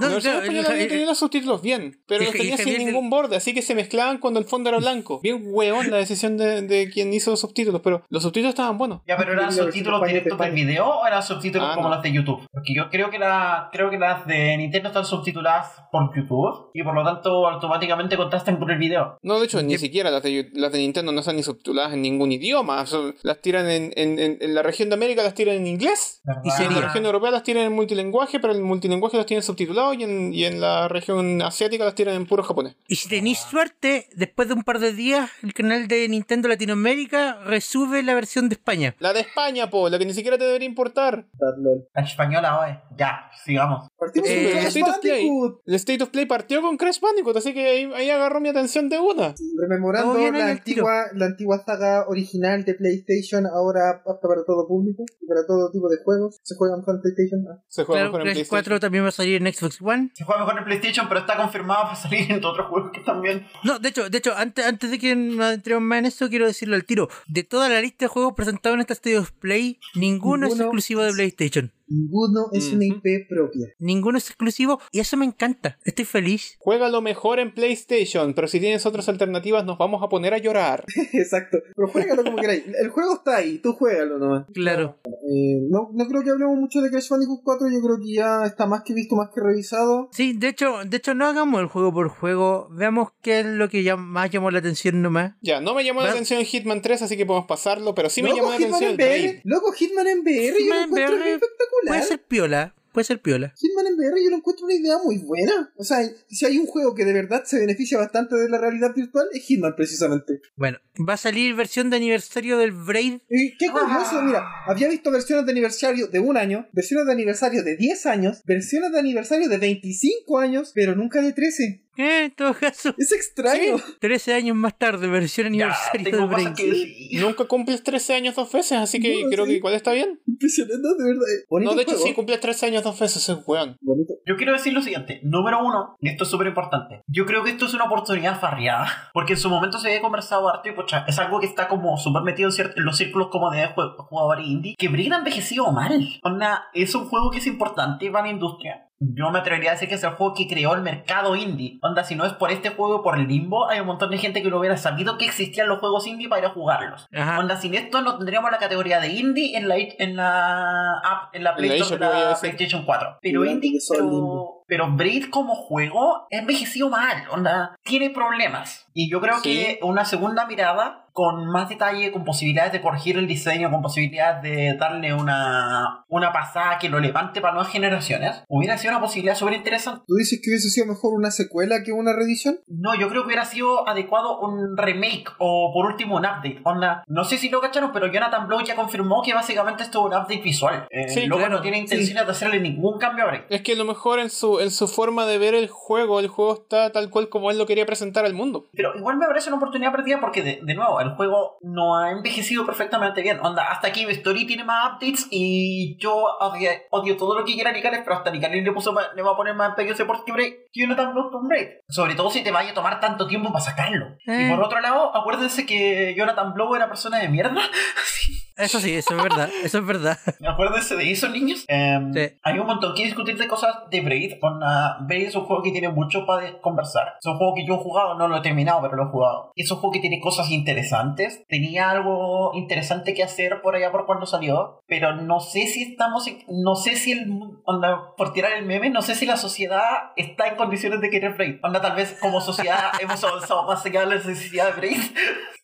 No,
la versión
claro, (laughs)
española
el-
había
el-
tenido los subtítulos bien, pero
y-
los
y
tenía sin
Javier-
ningún borde, así que se mezclaban cuando el fondo era blanco. Bien hueón la decisión de, de quien hizo los subtítulos, pero los subtítulos estaban buenos.
Ya, pero
Y
eran
la versión
subtítulos
de España
directos
de
del
España.
video o eran subtítulos
Ah,
como
no.
las de YouTube. Porque yo creo que, la, creo que las de Nintendo están subtituladas por YouTube y por lo tanto automáticamente contrastan con el video.
No, de hecho, ni siquiera las de, las de Nintendo no están ni subtituladas en ningún idioma. Son- las tiran en, en- en- en la región de América, las tiran en inglés.
Y
¿Verdad?
Y en la
sería.
región europea las tiran en multilenguaje, pero en multilenguaje las tienen subtitulados y en, y en la región asiática las tiran en puro japonés.
Y si tenéis suerte, después de un par de días, el canal de Nintendo Latinoamérica resube la versión de España.
La de España, po, la que ni siquiera te debería importar.
Perdón.
La española, oye. Ya, sigamos.
Partimos
Eh,
con Crash
State of Play.
Bandicoot,
El State of Play partió con Crash Bandicoot, así que ahí, ahí agarró mi atención de una.
rememorando
Todo bien
la
ahí al tiro.
antigua, la antigua saga original de PlayStation, ahora apta para todo público y para todo tipo de juegos. Se juega mejor en PlayStation. Ah.
Se juega
Claro,
mejor en
Crash
PlayStation.
4 también va a salir en Xbox One.
Se juega mejor en PlayStation, pero está confirmada para salir en otros juegos que también.
No, de hecho, de hecho antes, antes de que nos entremos más en eso, quiero decirlo al tiro. De toda la lista de juegos presentados en esta State of Play, ninguno, es
Ninguno.
exclusivo de PlayStation.
Ninguno es una
Ujú.
IP propia. (laughs)
Ninguno es exclusivo y eso me encanta. Estoy feliz.
Juega lo mejor en PlayStation, pero si tienes otras alternativas nos vamos a poner a llorar. (laughs)
Exacto. Pero juégalo como queráis. El juego está ahí, tú juégalo nomás.
Claro.
Eh, no, no creo que hablemos mucho de Crash Bandicoot 4, yo creo que ya está más que visto, más que revisado.
Sí, de hecho, de hecho no hagamos el juego por juego. Veamos qué es lo que llam- más llamó la atención nomás.
Ya, no me llamó la
Bueno.
atención Hitman 3, así que podemos pasarlo, pero sí me
Loco,
llamó la
Hitman
atención
en
el
VR.
Brave.
Loco, Hitman en VR yo lo
Hitman
encuentro
VR.
bien espectacular.
Puede ser piola, puede ser piola.
Hitman en VR yo lo encuentro una idea muy buena. O sea, si hay un juego que de verdad se beneficia bastante de la realidad virtual, es Hitman precisamente.
Bueno, va a salir versión de aniversario del Braid.
Y qué curioso,
Ah.
mira, había visto versiones de aniversario de un año, versiones de aniversario de 10 años, versiones de aniversario de 25 años, pero nunca de 13.
Eh, en todo caso,
Es extraño.
13 años más tarde, versión
Ya,
aniversario del
tengo
Braid.
cosas que decir.
Nunca cumples 13 años dos veces, así que
No,
creo
sí.
que igual está bien.
Impresionante, de verdad. Bonito
No, de hecho,
juego.
sí cumples 13 años dos veces, es weón.
Bonito.
Yo quiero decir lo siguiente. Número uno, y esto es súper importante. Yo creo que esto es una oportunidad farreada. (laughs) Porque en su momento se había conversado harto y pucha, es algo que está como súper metido en, cier- en los círculos como de jue- jugadores indie. Que Brick ha envejecido mal. Onda, es un juego que es importante para la industria. Yo me atrevería a decir que es el juego que creó el mercado indie. Onda, si no es por este juego, por el limbo, hay un montón de gente que no hubiera sabido que existían los juegos indie para ir a jugarlos.
Ajá.
Onda, sin esto no tendríamos la categoría de indie en la, en la app, en la Play
En la eShop,
Store de
iba a
la
decir.
PlayStation 4. Pero
Grande
indie,
que soy,
pero,
lindo.
pero Braid como juego ha envejecido mal, onda, tiene problemas. Y yo creo
Sí.
que una segunda mirada con más detalle, con posibilidades de corregir el diseño, con posibilidades de darle una, una pasada que lo levante para nuevas generaciones, hubiera sido una posibilidad súper interesante.
¿Tú dices que hubiese sido mejor una secuela que una reedición?
No, yo creo que hubiera sido adecuado un remake o por último un update. Onda, no sé si lo cacharon, pero Jonathan Blow ya confirmó que básicamente esto es un update visual. Eh,
Sí,
loco
claro,
no tiene intenciones de hacerle ningún cambio a Braid.
Es que a lo mejor en su, en su forma de ver el juego, el juego está tal cual como él lo quería presentar al mundo.
Pero igual me parece una oportunidad perdida porque, de, de nuevo, el juego no ha envejecido perfectamente bien. Onda, hasta aquí Story tiene más updates y yo odio, odio todo lo que quiera Nicalis, pero hasta Nicalis le, puso, ma- le va a poner más empeño a ese Porky Break que uno tan Bloom Break. Sobre todo si te vaya a tomar tanto tiempo para sacarlo.
Eh.
Y por otro lado, acuérdense que Jonathan Blow era persona de mierda.
Eso sí, eso es verdad, eso es verdad. (laughs)
Acuérdense de eso, niños. Em,
Sí.
Hay un montón que discutir de cosas de Braid. Con, ah, Braid es un juego que tiene mucho para conversar. Es un juego que yo he jugado, no lo he terminado, pero lo he jugado. Es un juego que tiene cosas interesantes. Tenía algo interesante que hacer por allá por cuando salió, pero no sé si estamos, en- no sé si el, mu- onda, por tirar el meme, no sé si la sociedad está en condiciones de querer Braid. Onda, tal vez como sociedad hemos avanzado más allá de la necesidad de Braid.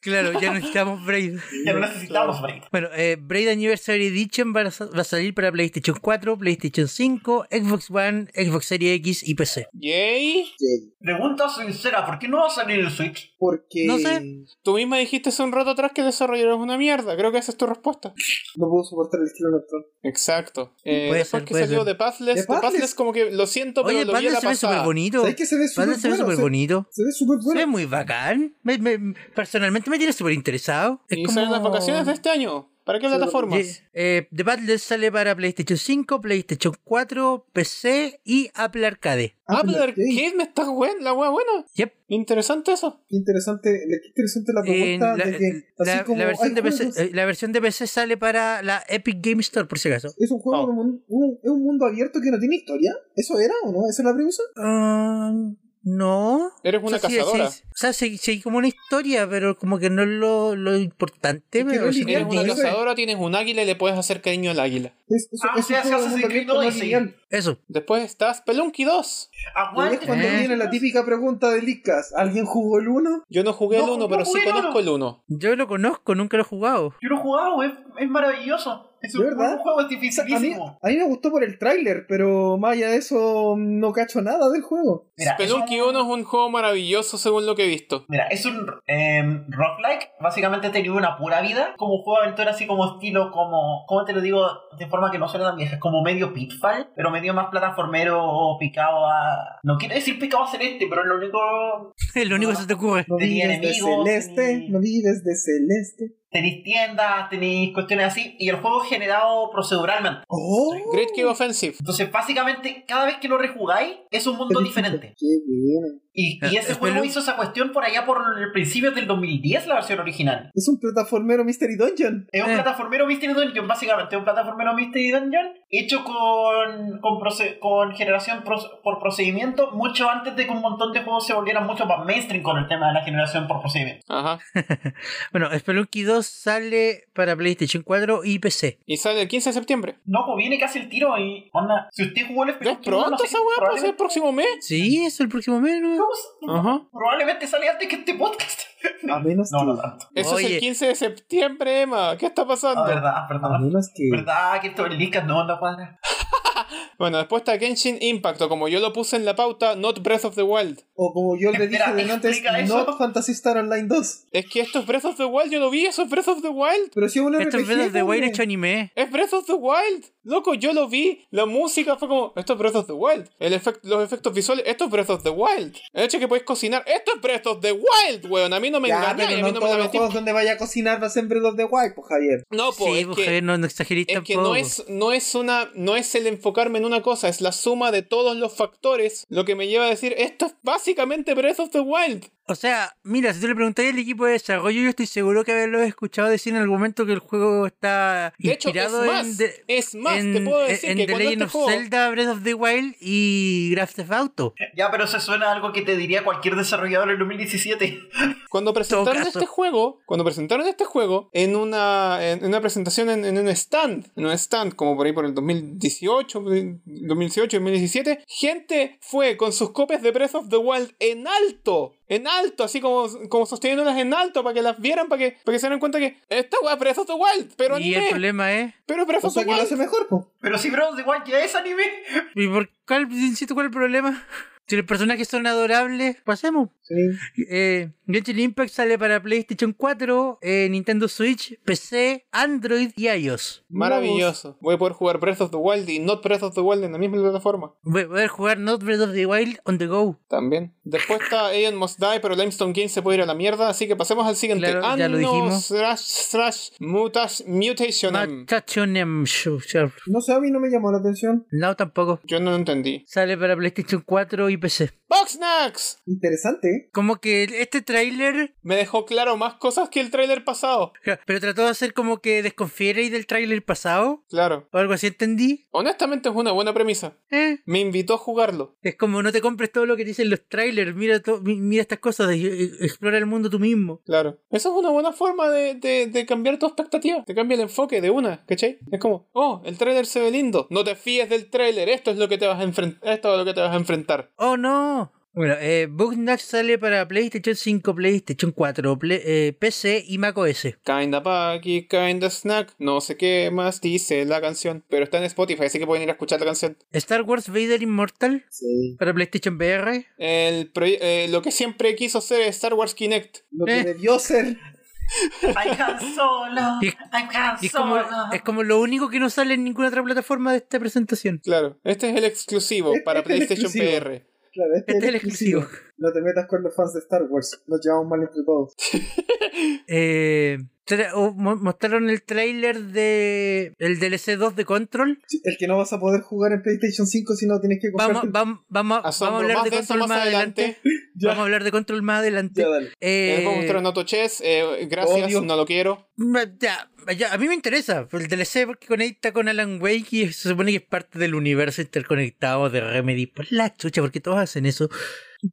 Claro, ya necesitamos Braid.
Ya no necesitamos Braid.
Bueno, eh, Braid Anniversary Edition va a, sa- va a salir para PlayStation 4, PlayStation 5, Xbox One, Xbox Series X y PC.
Yay.
Yay.
Pregunta sincera, ¿por qué no va a salir el Switch?
Porque
No
no,
sé.
Tú misma dijiste hace un rato atrás que desarrollador es una mierda. Creo que esa es tu respuesta.
puedo soportar el estilo nocturno.
Exacto. Eh,
Puede
después
ser,
que
puede
salió
ser.
de
The
Pathless, The
Pathless.
Pathless como que lo siento, pero
Oye,
lo vi
Panda
a la
se ve súper
pasada.
bonito.
¿Sabes que se ve súper
Panda se ve
bueno?
súper
Se-
bonito.
Se ve súper
Se ve
bueno.
muy bacán. Me- me- personalmente me tiene súper interesado. Es
Y
como-
salen las vacaciones de este año. ¿Para qué
Sí,
plataformas?
Ye- eh, The Battle sale para PlayStation 5, PlayStation 4, PC y Apple Arcade.
Ah,
Apple
pero
Arcade.
Arcade me está buena, la wea buena.
Yep.
Interesante eso.
Qué interesante, le- qué interesante la
En
propuesta
Eh, la,
Ah,
eh,
de que
la-
así como
la
hay
versión de PC,
juegos-
eh, la versión de PC sale para la Epic Game Store, por si acaso.
es un juego
Oh.
de un, un- es un mundo abierto que no tiene historia. ¿Eso era o no? ¿Esa es la premisa?
Ah, no.
Eres una
O sea, sí,
cazadora.
sí, o sea, sí, sí, como una historia, pero como que no es lo, lo importante.
Es que
pero
no es
sí,
lineal,
Eres
no
una
tiene-
eso es.
cazadora, tienes un águila y le puedes hacer cariño al águila.
Es, es,
Ah,
es
o sea,
un juego de
se hace
mundo
Assassin's Creed
abierto no
Odyssey.
lineal.
Eso.
Después está Spelunky 2.
Y es
Aguante.
cuando
Eh.
viene la típica pregunta de Lickas. ¿Alguien jugó el 1?
Yo no jugué el
No,
1,
no
pero sí
jugué el
conozco
uno.
el 1.
Yo lo conozco, nunca lo he jugado. (laughs)
Yo lo he jugado, es, es maravilloso. Es
¿De
un
verdad?
buen juego,
O
es
sea, a, mí,
dificilísimo.
a mí me gustó por el tráiler, pero más allá de eso no cacho nada del juego.
Mira, es un-
Spelunky 1 es un juego maravilloso según lo que he visto.
Mira, es un eh, roguelike, básicamente te vive una pura vida, como un juego de aventura así como estilo, como, ¿cómo te lo digo? De forma que no suena tan vieja, es como medio pitfall, pero medio más plataformero o picado a... No quiero decir picado a celeste, pero lo único...
lo único que se te ocurre.
No
Tenía
vives de
enemigos,
celeste,
tenía-
no vives de celeste.
Tenéis tiendas, tenéis cuestiones así, y el juego es generado proceduralmente.
¡Oh!
Great Cave Offensive.
Entonces, básicamente, cada vez que lo rejugáis, es un mundo diferente.
Qué bien.
Y, y
Ya,
ese
es
juego
bueno.
hizo esa cuestión por allá por el principio del 2010, la versión original.
Es un plataformero Mystery Dungeon.
Es un
Eh.
plataformero Mystery Dungeon, básicamente. Un plataformero Mystery Dungeon hecho con, con, proce- con generación pro- por procedimiento mucho antes de que un montón de juegos se volvieran mucho más mainstream con el tema de la generación por procedimiento.
Ajá.
Bueno, Spelunky 2 sale para PlayStation 4 y PC.
Y sale el 15 de septiembre.
No, pues viene casi el tiro y... onda, si usted jugó el
¿Ya es
Spelunky, no
pronto
sé,
esa weá? pues, ¿Puede ser el
(laughs) probablemente,
próximo mes?
Sí, es el próximo mes. ¿no?
Ajá.
probablemente sale antes que este podcast. (laughs)
A menos
No,
que.
no tanto.
Eso es
Oye.
el 15 de septiembre, Emma. ¿Qué está
Ah,
pasando?
verdad,
A
perdón.
menos que.
Verdad que esto es Licas, no, no cuadra.
Bueno, después está Genshin Impact, o como yo lo puse en la pauta, Not Breath of the Wild.
O como yo le dije
Espera,
de antes,
explica eso.
Not Fantasy Star Online 2.
Es que esto es Breath of the Wild, yo lo vi, eso es Breath of the Wild.
Pero si es un RPG.
Estos videos de Wayne
hombre.
hecho anime.
Es Breath of the Wild. Loco, yo lo vi. La música fue como, esto es Breath of the Wild. El efect- los efectos visuales, esto es Breath of the Wild. El hecho de que podéis cocinar, esto es Breath of the Wild, weón. A mí no me
Ya,
engañáis,
pero
a mí
no
no me
todos
la
los
metí.
juegos donde vaya a cocinar va a ser en Breath of the Wild, pues Javier.
No, po,
Sí,
es
pues,
que-
Javier, no, no exageréis
Es que
tampoco.
no es, no es una, no es el enfocarme en una cosa, es la suma de todos los factores lo que me lleva a decir esto es básicamente Breath of the Wild.
O sea, mira, si tú le preguntáis al equipo de desarrollo, yo estoy seguro que haberlo escuchado decir en algún momento que el juego está
De hecho, es
inspirado en,
más,
The-
es más, te
en- e
puedo decir
en
que
The
cuando
Legend
este
of
juego,
Zelda, Breath of the Wild y Grand Theft Auto.
Ya, pero se suena a algo que te diría cualquier desarrollador en 2017.
cuando presentaron
caso.
este juego, cuando presentaron este juego en una, en, en una presentación en, en un stand, en un stand como por ahí por el 2018, 2018, 2017, gente fue con sus copias de Breath of the Wild en alto. En alto, así como, como sosteniéndolas en alto para que las vieran, para que, para que se dieran cuenta que esta weá es Breath of the Wild, pero
y el
anime,
problema ¿eh? es...
pero Breath
O
of the
sea que lo hace
Wild.
mejor, pues.
Pero si Breath of the Wild ya
(laughs)
es anime.
¿Y por cuál, insisto, cuál es el problema? (laughs) Si los personajes son adorables, pasemos.
Sí.
Eh, Genshin Impact sale para PlayStation 4, eh, Nintendo Switch, PC, Android y iOS.
Maravilloso. Voy a poder jugar Breath of the Wild y Not Breath of the Wild en la misma plataforma.
Voy a poder jugar Not Breath of the Wild on the go.
También. Después
(laughs)
está Aeon Must Die, pero Limestone Game se puede ir a la mierda, así que pasemos al siguiente.
Claro, ya lo
Anno
dijimos.
Slash Slash Mutash Mutation. Em.
Machachonem Show, show.
No sé, a mí no me llamó la atención.
No, tampoco.
Yo no lo entendí.
Sale para PlayStation 4 y PC.
Boxnax.
Interesante, ¿eh?
Como que este tráiler,
Me dejó claro más cosas que el tráiler pasado.
pero trató de hacer como que desconfierais del tráiler pasado.
Claro.
O algo así, ¿entendí?
Honestamente es una buena premisa.
Eh,
Me invitó a jugarlo.
Es como no te compres todo lo que dicen los trailers, mira, to- mi- mira estas cosas, y- y- explora el mundo tú mismo.
Claro. Eso es una buena forma de, de- de cambiar tu expectativa. Te cambia el enfoque de una, ¿cachai? Es como, oh, el tráiler se ve lindo. No te fíes del tráiler. Esto es lo que te vas a enfrentar. Esto es lo que te vas a enfrentar.
¡Oh, no! Bueno, eh, Bugsnax sale para PlayStation 5, PlayStation 4, Play- eh, PC y macOS.
Kinda Paki, kinda snack. No sé qué más dice la canción. Pero está en Spotify, así que pueden ir a escuchar la canción.
Star Wars Vader Immortal
Sí.
para PlayStation VR.
El proye- eh, lo que siempre quiso ser Star Wars Kinect.
Lo que
Eh.
debió ser.
I can solo.
Y-
I can
Y es como,
solo.
es como lo único que no sale en ninguna otra plataforma de esta presentación.
Claro, este es el exclusivo
Este
para
es el
PlayStation
exclusivo.
VR.
Claro, este,
Este es el exclusivo.
No te metas con los fans de Star Wars. Nos llevamos mal entre todos.
Eh, tra- o- mo- mostraron el tráiler de el DLC 2 de Control.
Sí, El que no vas a poder jugar en PlayStation 5 si no tienes que comprar.
Vamos, vam- vamos, vamos a
Asombro,
hablar
más
de
de eso
Control más,
más
adelante.
adelante.
Ya.
Vamos a hablar de Control más adelante.
Ya, dale.
Eh,
Les voy a mostrar un Auto Chess. eh, gracias,
Odio.
no lo quiero.
ma- Mm, ya, ya, a mí me interesa el DLC porque conecta con Alan Wake y se supone que es parte del universo interconectado de Remedy. Pues la chucha, porque todos hacen eso.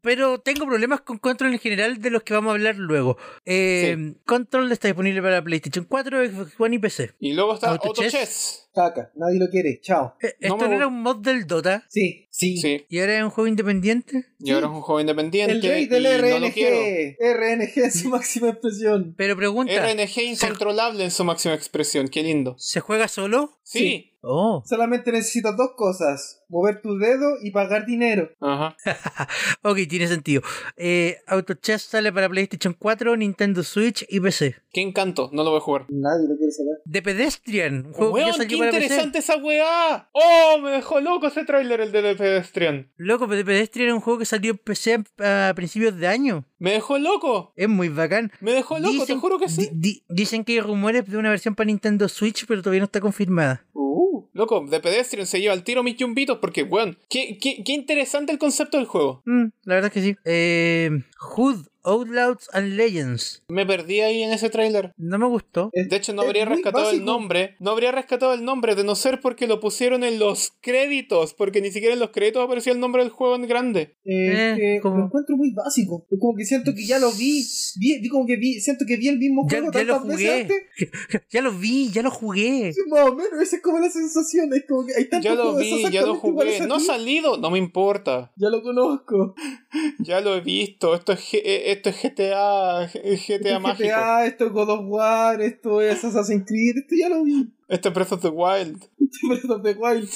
Pero tengo problemas con Control en general de los que vamos a hablar luego. Eh, Control está disponible para PlayStation 4, Xbox One y PC.
Y luego está
Auto
Auto,
Chess.
Chess.
Caca, nadie lo quiere. Chao.
Eh,
No
Esto
me
no era
gu-
un mod del Dota
Sí, sí.
Sí.
y ahora es un juego independiente.
Y ahora es un juego independiente.
El rey del
y
RNG.
No lo quiero.
(laughs) RNG en su máxima expresión.
Pero pregunta,
RNG incontrolable en su máxima expresión. Qué lindo.
¿se juega solo?
Sí.
Sí.
Oh.
Solamente necesitas dos cosas: mover tu dedo y pagar dinero.
Ajá.
Ok, tiene sentido. Eh, Auto Chess sale para PlayStation 4, Nintendo Switch y PC.
Qué encanto. No lo voy a jugar.
Nadie lo quiere saber.
The Pedestrian, un juego que ya
Weón, qué
salió para PC.
interesante esa weá. Oh, me dejó loco ese tráiler el de The Pedestrian.
Loco, The Pedestrian es un juego que salió en PC a principios de año.
Me dejó loco.
Es muy bacán.
Me dejó loco, te juro que sí.
di- di- dicen que hay rumores de una versión para Nintendo Switch, pero todavía no está confirmada.
Uh, loco, The Pedestrian se lleva al tiro mis yumbitos porque, weón, qué, qué, qué interesante el concepto del juego.
Mm, la verdad es que sí. Eh, Hood, Outlaws and Legends.
Me perdí ahí en ese tráiler.
No me gustó.
Es-
De hecho, no
es
habría
muy
rescatado el
básico.
nombre. No habría rescatado el nombre de no ser porque lo pusieron en los créditos. Porque ni siquiera en los créditos aparecía el nombre del juego en grande.
Eh,
Eh,
eh,
como-
Lo encuentro muy básico. Es como que siento que ya lo vi. Vi, vi como que vi, siento que vi el mismo
Ya-
juego
ya lo
tantas veces
jugué.
antes.
Ya lo vi, ya lo jugué.
Sí, Más o menos, esa es como la sensación. Es como que hay tantos
Ya lo
juegos
vi, ya lo
exactamente iguales
jugué.
a
No ha
ti.
salido, no me importa.
Ya lo conozco.
Ya lo he visto. Esto es, G- eh, esto es GTA, eh,
Este
GTA mágico.
GTA, esto es God of War, esto es Assassin's Creed, esto ya lo vi.
Esto Este es Breath of the Wild.
Esto es Breath of
(laughs)
the Wild.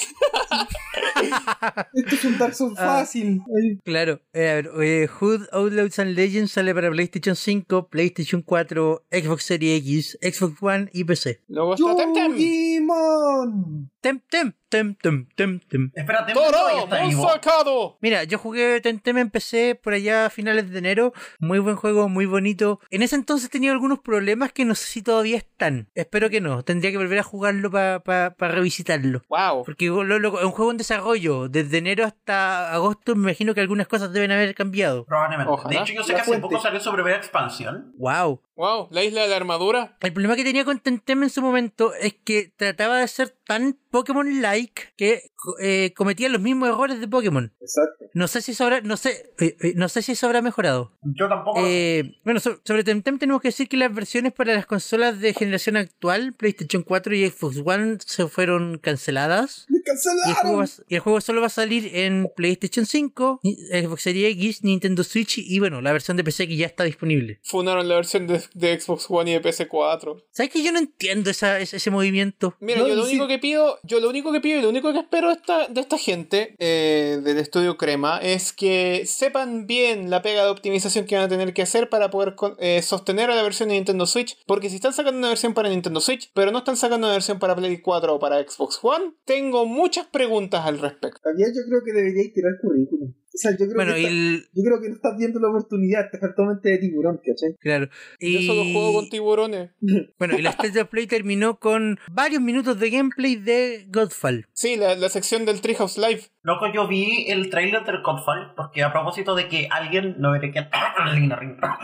esto es un Dark Souls
Ah.
fácil. Ay,
Claro, eh, a ver, eh, Hood, Outlaws and Legends sale para PlayStation 5, PlayStation 4, Xbox Series X, Xbox One y PC.
Luego está Temtem.
Digimon.
Tem, tem, tem, tem, tem, tem.
Espera, Temtem todavía
¡Toro!
está vivo.
sacado!
Mira, yo jugué Temtem en PC por allá a finales de enero. Muy buen juego, muy bonito. En ese entonces tenía algunos problemas que no sé si todavía están. Espero que no. Tendría que volver a jugarlo para revisitarlo.
¡Wow!
Porque lo- lo- es un juego en desarrollo. Desde enero hasta agosto me imagino que algunas cosas deben haber cambiado.
Probablemente.
Ojalá.
De hecho, yo sé
La
que hace
fuente.
poco salió su primera expansión.
¡Wow!
¡Wow! ¿La isla de la armadura?
El problema que tenía con Temtem en su momento es que trataba de ser tan Pokémon-like que eh, cometía los mismos errores de Pokémon.
Exacto.
No sé si eso habrá, no sé, eh, eh, no sé si eso habrá mejorado.
Yo tampoco. lo sé.
Eh, (laughs) bueno, so- sobre Temtem tenemos que decir que las versiones para las consolas de generación actual, PlayStation 4 y Xbox One, se fueron canceladas.
¡Me
Y el,
(laughs)
juego va-
cancelaron!
y el juego solo va a salir en PlayStation 5, ni- Xbox Series X, Nintendo Switch y bueno, la versión de PC que ya está disponible.
Funaron la versión de, de Xbox One y de PS4.
¿Sabes que yo no entiendo esa- ese- ese movimiento?
Mira,
No,
yo lo
y sí.
único que pido, yo lo único que pido y lo único que espero de esta, de esta gente eh, del estudio Crema es que sepan bien la pega de optimización que van a tener que hacer para poder con- eh, sostener a la versión de Nintendo Switch, porque si están sacando una versión para Nintendo Switch, pero no están sacando una versión para Play 4 o para Xbox One, tengo muchas preguntas al respecto.
Javier, yo creo que deberíais tirar currículum. O sea, yo creo,
Bueno,
que
y
está-
el-
yo creo que no estás viendo la oportunidad, te faltó mente de tiburón, ¿cachai?
Claro.
Yo solo juego con
Y,
tiburones.
bueno, y la State of Play terminó con varios minutos de gameplay de Godfall.
Sí, la, la sección del Treehouse Live.
Loco, yo vi el trailer del Godfall, porque a propósito de que alguien, no veré quién, (coughs) alguien arriba,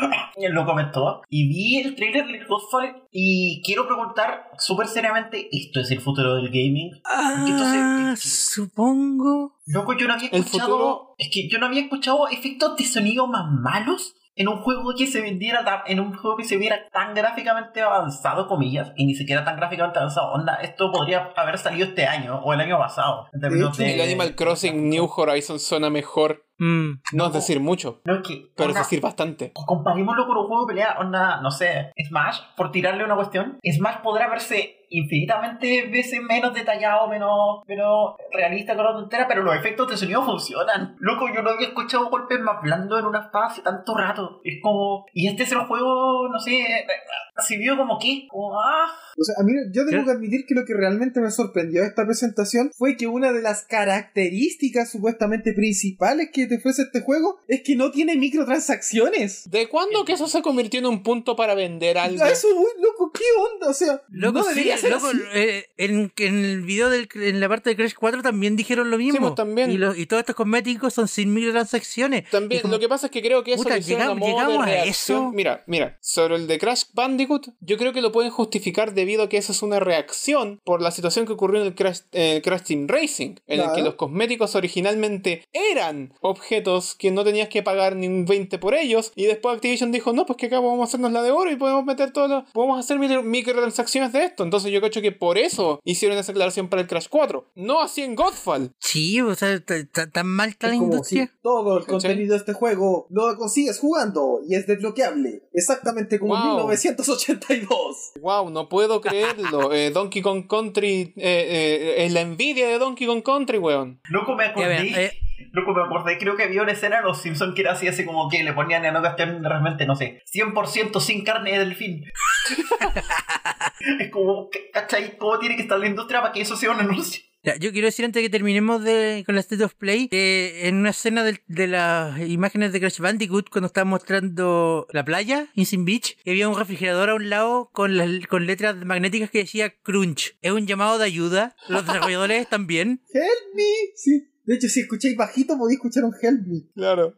lo comentó, y vi el trailer del Godfall y quiero preguntar súper seriamente, ¿esto es el futuro del gaming?
Ah,
Entonces,
supongo.
Loco, yo no había
El
escuchado,
futuro-
es que yo no había escuchado efectos de sonido más malos en un juego que se vendiera tan- en un juego que se viera tan gráficamente avanzado, comillas, y ni siquiera tan gráficamente avanzado. Onda, esto podría haber salido este año o el año pasado. En términos
hecho,
de-
El Animal Crossing New Horizons suena mejor.
Mm.
No es decir mucho,
No, es que,
pero es
onda,
decir bastante.
O Comparémoslo con un juego de pelea, onda, no sé, Smash, por tirarle una cuestión, Smash podrá verse infinitamente veces menos detallado, menos, menos realista con la tontera, pero los efectos de sonido funcionan. Loco, yo no había escuchado golpes más blandos en una espada hace tanto rato. Es como, y este es el juego, no sé, recibido como que, como, ah,
O sea, a mí, yo tengo
¿Qué?
que admitir que lo que realmente me sorprendió de esta presentación fue que una de las características supuestamente principales que te ofrece este juego es que no tiene microtransacciones.
¿De cuándo que eso se convirtió en un punto para vender algo?
A eso, voy, loco, ¿qué onda? O sea,
Loco,
no
sí,
debería ser
loco,
así.
eh, en, en el video del, en la parte de Crash 4 también dijeron lo mismo.
pues, también.
Y, los- y todos estos cosméticos son sin microtransacciones. Y
También,
como-
lo que pasa es que creo que eso
Puta,
lo hicieron
llegamos-
a modo de
llegamos a
reacción.
eso.
Mira, mira, sobre el de Crash Bandicoot, yo creo que lo pueden justificar debido a que eso es una reacción por la situación que ocurrió en el Crash, en el Crash Team Racing, en el
Claro.
que los cosméticos originalmente eran objetos que no tenías que pagar ni un 20 por ellos, y después Activision dijo, no, pues que acá vamos a hacernos la de oro y podemos meter todos los... podemos hacer micro- microtransacciones de esto. Entonces yo creo que por eso hicieron esa aclaración para el Crash 4, no así en Godfall.
Sí, o sea, ta- ta- tan mal está la
Es como
industria.
si todo el
¿Cachai?
contenido de este juego lo consigues jugando y es desbloqueable. Exactamente como en
Wow.
1982.
Wow, no puedo creerlo. Eh, Donkey Kong Country eh, eh, es la envidia de Donkey Kong Country, weón.
Loco, me acordé.
Ya, mira, eh.
Loco, me acordé. Creo que había una escena en Los Simpsons que era así, así como que le ponían en otra cuestión realmente, no sé, 100% sin carne de
(laughs)
delfín. es como, ¿cachai? ¿Cómo tiene que estar la industria para que eso sea un anuncio?
Ya, yo quiero decir antes de que terminemos de- con la State of Play, que en una escena del- de, las imágenes de Crash Bandicoot, cuando estaban mostrando la playa, Insin Beach, y había un refrigerador a un lado con, las- con letras magnéticas que decía Crunch. Es un llamado de ayuda.
(laughs)
Los desarrolladores también.
Help me. Sí. De hecho, si escucháis bajito, podéis escuchar un help me.
Claro.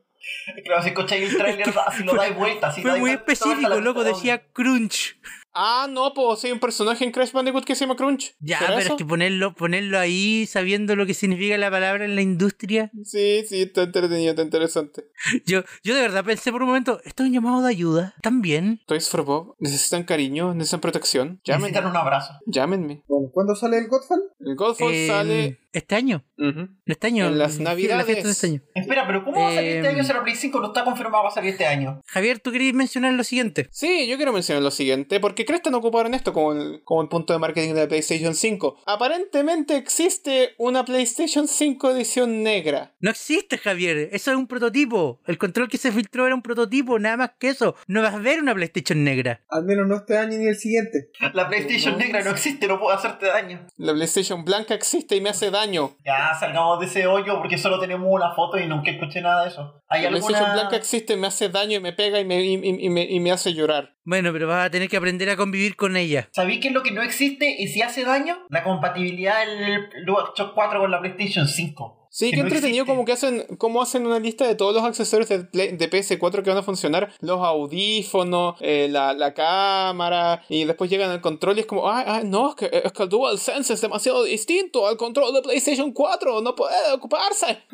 Claro, si escucháis el trailer, así lo dais vuelta. Así
Fue
dais
muy
vuelta, vuelta
específico,
la-
loco, decía Crunch.
Ah, no, pues hay un personaje en Crash Bandicoot que se llama Crunch.
Ya,
¿Será
pero
eso?
es que ponerlo, ponerlo ahí sabiendo lo que significa la palabra en la industria.
Sí, sí, está entretenido, está interesante.
Yo, yo de verdad pensé por un momento, esto es un llamado de ayuda. También.
Toys for Bob, necesitan cariño, necesitan protección. Llámenme.
Necesitan un abrazo.
Llámenme.
Bueno, ¿cuándo sale el Godfall?
El Godfall
en-
sale.
Este año.
Ujú.
Este año.
En las
fi-
Navidades.
fiesta de este año.
Espera, pero ¿cómo va a salir este
Eh,
año si la Play 5 no está confirmado va a salir este año?
Javier, tú querías mencionar lo siguiente.
Sí, yo quiero mencionar lo siguiente, porque Creston ocuparon esto como el, como el punto de marketing de la PlayStation 5. Aparentemente existe una PlayStation 5 edición negra.
No existe, Javier. Eso es un prototipo. El control que se filtró era un prototipo, nada más que eso. No vas a ver una PlayStation negra.
Al menos no este año ni el siguiente.
La PlayStation
no,
negra no existe, no puedo hacerte daño.
La PlayStation blanca existe y me hace daño.
Ya, salgamos de ese hoyo porque solo tenemos una foto y nunca escuché nada de eso. ¿Hay
La PlayStation
alguna...
blanca existe, me hace daño y me pega y me, y- y- y me- y me hace llorar.
Bueno, pero vas a tener que aprender a convivir con ella.
¿Sabéis qué es lo que no existe y si hace daño? La compatibilidad del DualShock 4 con la PlayStation 5.
Sí, que,
no
entretenido
existe.
como que hacen, como hacen una lista de todos los accesorios de, Play- de PS4 que van a funcionar, los audífonos, eh, la, la cámara, y después llegan al control y es como, ah, ah, no, es que, es que el DualSense es demasiado distinto al control de PlayStation 4, no puede ocuparse.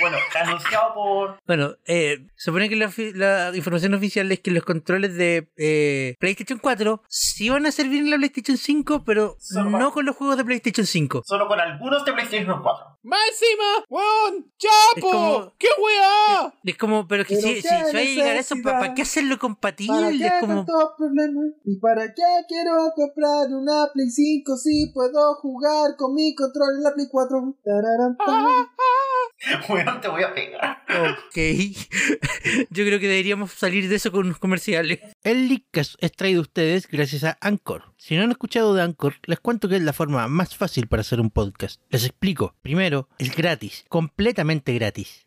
Bueno, anunciado por...
Bueno, eh, se supone que la, ofi- la información oficial es que los controles de eh, PlayStation 4 sí van a servir en la PlayStation 5, pero
Solo para-
no con los juegos de PlayStation 5.
Solo con algunos de PlayStation 4.
¡Más encima! ¡Weón!
Es
¡Chapo!
como-
¡Qué weá!
Es como, pero que
Pero
si, si,
qué
si va a llegar a eso, ¿para
necesidad.
qué hacerlo
¿Para
compatible?
qué
Es como,
tanto problema? ¿Y para qué quiero comprar una Play 5 si puedo jugar con mi control en la Play 4? Tararán, tararán.
(laughs) Weón, te voy a pegar.
Ok. (laughs) Yo creo que deberíamos salir de eso con unos comerciales. El Leadcast es traído a ustedes gracias a Anchor. Si no han escuchado de Anchor, les cuento que es la forma más fácil para hacer un podcast. Les explico. Primero, es gratis, completamente gratis.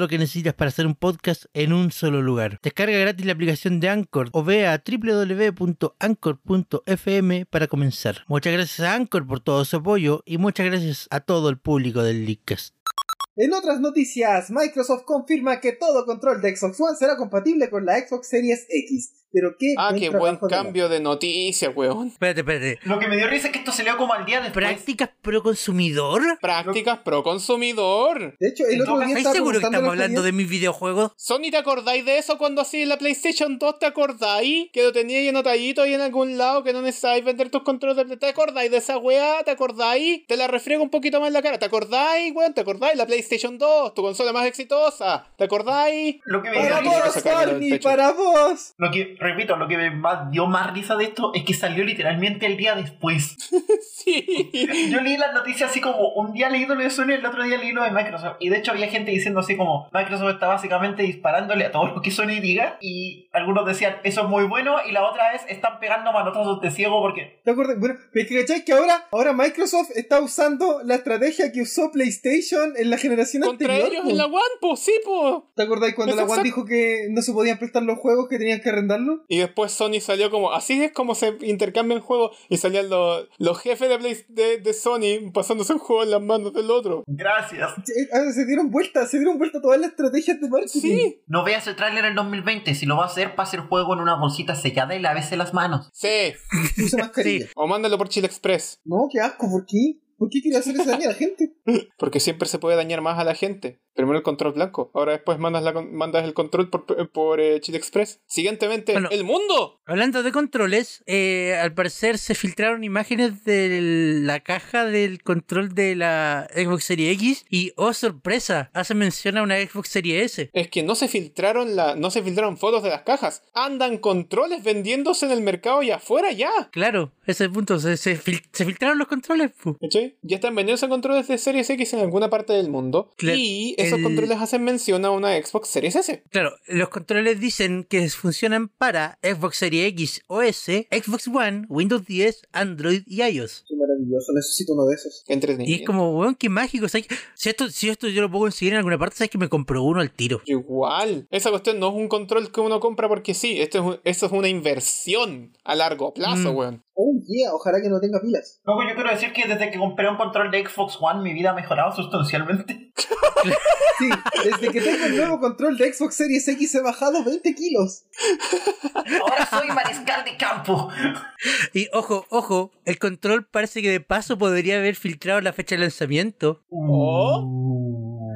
lo que necesitas para hacer un podcast en un solo lugar. Descarga gratis la aplicación de Anchor o ve a www.anchor.fm para comenzar. Muchas gracias a Anchor por todo su apoyo y muchas gracias a todo el público del Leadcast.
En otras noticias, Microsoft confirma que todo control de Xbox One será compatible con la Xbox Series X. Pero qué
Ah, qué buen
trabajo de la-
cambio de noticia, weón.
Espérate, espérate.
Lo que me dio risa es que esto se leo como al día después.
¿Prácticas pro consumidor?
Prácticas pro consumidor.
De hecho, el
En
otro
todo
día
¿Estáis
caso,
estaba
seguro que
preguntando
estamos
a la
hablando de mis videojuegos?
Sony, ¿te acordáis de eso cuando así en la PlayStation 2? ¿Te acordáis? Que lo teníais anotadito ahí en algún lado que no necesitáis vender tus controles de Play- ¿Te acordáis de esa weá? ¿Te acordáis? Te la refriego un poquito más en la cara. ¿Te acordáis, weón? ¿Te acordáis? La PlayStation 2, tu consola más exitosa. ¿te acordáis? (laughs)
Lo que me dio
Para
Ay,
risa.
vos,
sacármelo del
Sony,
pecho.
para vos.
Lo que, repito, lo que me más dio más risa de esto es que salió literalmente el día después.
Sí.
Yo leí las noticias así como un día leí lo de Sony, el otro día leí lo de Microsoft. Y de hecho había gente diciendo así como Microsoft está básicamente disparándole a todo lo que Sony diga. Y algunos decían eso es muy bueno y la otra es están pegando manotazos de ciego porque
¿Te acuerdas? Bueno, pero es que cachai que ahora, ahora Microsoft está usando la estrategia que usó PlayStation en la generación
Contra
anterior.
ellos
po.
en la One, po, sí, po.
¿Te acordás cuando
Es
la One
exacto.
dijo que no se podían prestar los juegos, que tenían que arrendarlos?
Y después Sony salió como, así es como se intercambian juegos. Y salían los, los jefes de, Play- de, de Sony pasándose un juego en las manos del otro.
gracias.
Eh, ah, Se dieron vuelta, se dieron vuelta todas las estrategias de marketing.
Sí,
No veas el tráiler en 2020, si lo va a hacer, pase el juego en una bolsita sellada y lávese las manos.
sí.
Usa mascarilla.
O mándalo por Chile Express.
No, qué asco, ¿por qué? ¿Por qué quiere hacer esa daño a la gente?
Porque siempre se puede dañar más a la gente. Primero el control blanco. Ahora después mandas, la, con- mandas el control por, por eh, Chile Express. Siguientemente,
Bueno.
el mundo.
Hablando de controles, eh, al parecer se filtraron imágenes de la caja del control de la Xbox Series X y, oh sorpresa, hace mención a una Xbox Series S.
Es que no se filtraron la, no se filtraron fotos de las cajas. Andan controles vendiéndose en el mercado y afuera ya.
Claro, ese es el punto, se, se fil- se filtraron los controles. pu.
¿Cachai? Ya están vendidos a controles de Series X en alguna parte del mundo.
Cla-
y esos
el-
controles hacen mención a una Xbox Series S.
Claro, los controles dicen que funcionan para Xbox Series X OS, Xbox One, Windows 10, Android y iOS.
(laughs) Qué maravilloso, necesito uno de esos.
Entretenido.
Y es como, weón, qué mágico. ¿sabes? Si, esto, si esto yo lo puedo conseguir en alguna parte, sabes que me compro uno al tiro.
Igual. Esa cuestión no es un control que uno compra porque sí. Esto es, un- eso es una inversión a largo plazo,
Mm.
weón.
Oh, yeah, ojalá que no tenga pilas.
Luego yo quiero decir que desde que compré un control de Xbox One mi vida ha mejorado sustancialmente.
Sí, desde que tengo el nuevo control de Xbox Series X he bajado 20 kilos.
Ahora soy mariscal de campo.
Y ojo, ojo, el control parece que de paso podría haber filtrado la fecha de lanzamiento.
Oh.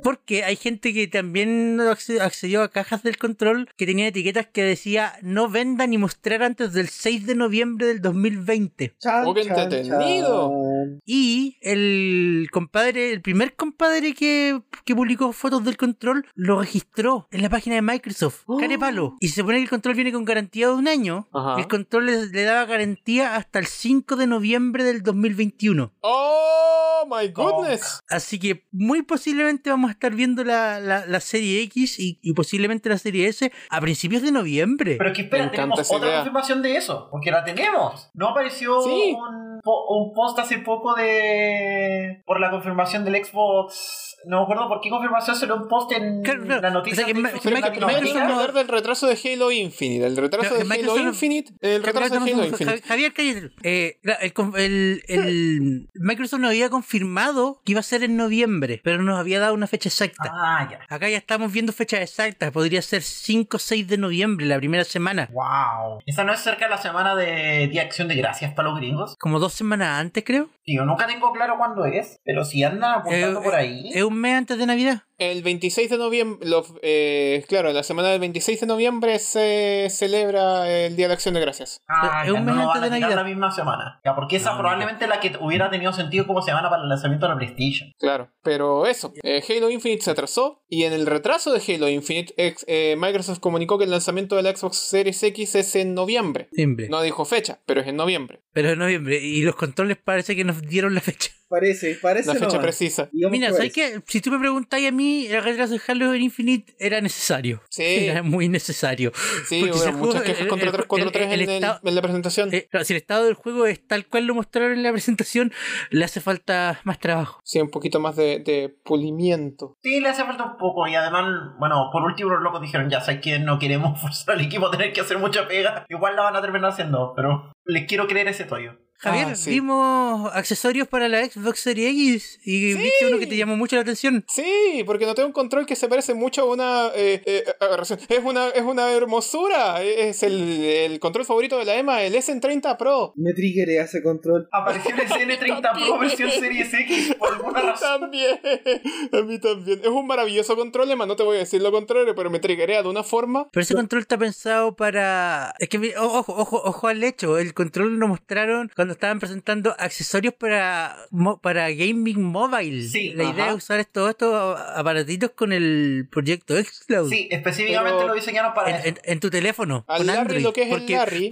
Porque hay gente que también acce- accedió a cajas del control que tenía etiquetas que decía no venda ni mostrar antes del 6 de noviembre del 2020.
Chan,
Oh, qué
chan,
entretenido.
chan.
Y el compadre, el primer compadre que, que publicó fotos del control lo registró en la página de Microsoft.
Oh.
Carepalo. Y se supone que el control viene con garantía de un año.
Ajá.
El control le, le daba garantía hasta el 5 de noviembre del 2021.
Oh my goodness.
Así que muy posiblemente vamos a estar viendo la, la, la serie X y, y posiblemente la serie S a principios de noviembre.
Pero es que espera,
Me encanta
tenemos
esa
otra
idea.
confirmación de eso, porque la tenemos. No apareció
Sí.
un, po- un post hace poco de por la confirmación del Xbox. No me acuerdo por qué confirmación salió un post en
Claro, claro.
la noticia
O sea, que
de
Ma-
Xbox
que
en
Microsoft-
Latinoamérica.
Microsoft
Microsoft
va a
no-
hablar del retraso de Halo Infinite. El retraso
Claro,
de
que
Halo
Microsoft-
Infinite. El retraso de Halo Infinite.
Javier, cállate. Eh, la- el, conf- el- el- Microsoft nos había confirmado que iba a ser en noviembre, pero nos había dado una fecha exacta.
Ah, ya.
Acá ya estamos viendo fechas exactas. Podría ser 5 o 6 de noviembre, la primera semana.
Wow. Esa no es cerca de la semana de Día de Acción de Gracias para los gringos.
Como dos semanas antes, creo.
Yo nunca tengo claro cuándo es, pero si andan apuntando
Eh,
por ahí.
Es un mes antes de Navidad.
El 26 de noviembre, los, eh, claro, la semana del 26 de noviembre se celebra el Día de Acción de Gracias.
Ah,
Es
ya,
eh, un
no
mes
lo
antes
van a
de
tirar
Navidad. Ah,
la misma semana. Ya, porque esa
No,
probablemente es la que hubiera tenido sentido como semana para el lanzamiento de la PlayStation.
Claro, pero eso, eh, Halo Infinite se atrasó y en el retraso de Halo Infinite, ex- eh, Microsoft comunicó que el lanzamiento de la Xbox Series X es en noviembre.
Noviembre.
No dijo fecha, pero es en noviembre.
Pero en noviembre. Y los controles parece que nos dieron la fecha.
Parece, parece.
La fecha
nomás.
precisa.
Digamos
Mira,
que
¿sabes
parece.
qué? Si tú me preguntáis a mí, el retraso de Halo Infinite era necesario.
Sí,
(laughs) Era muy necesario.
sí,
porque
hubo
ese
muchas
juego-
quejas
el-
contra
el-
343
el- el
en, el-
estado-
en la presentación.
Eh, claro, si el estado del juego es tal cual lo mostraron en la presentación, le hace falta más trabajo.
Sí, un poquito más de, de pulimiento.
Sí, le hace falta un poco. Y además, bueno, por último los locos dijeron, ya sé que no queremos (laughs) forzar al equipo a tener que hacer mucha pega. Igual la van a terminar haciendo, pero les quiero creer ese toyo.
Javier,
Ah, sí.
vimos accesorios para la Xbox Series X y viste uno que te llamó mucho la atención.
Sí, porque noté un control que se parece mucho a una eh, eh, aberración. Es una, es una hermosura. Es el, el control favorito de la EMA, el SN30 Pro.
Me triggeré a ese control.
Apareció el SN30 Pro versión Series X por alguna razón.
También, (laughs) a mí también. Es un maravilloso control, EMA. No te voy a decir lo contrario, pero me triggerea de una forma.
Pero ese control está pensado para... Es que, mi- o- ojo, ojo, ojo al hecho, el control lo mostraron cuando estaban presentando accesorios para, mo- para gaming mobile.
Sí,
la idea
ajá.
es usar todos estos a- aparatitos con el proyecto xCloud.
Sí, específicamente
Pero-
lo diseñaron para
En,
eso.
en- en tu teléfono,
Al
con
Larry,
Android.
lo que es
porque, (laughs)
el Larry.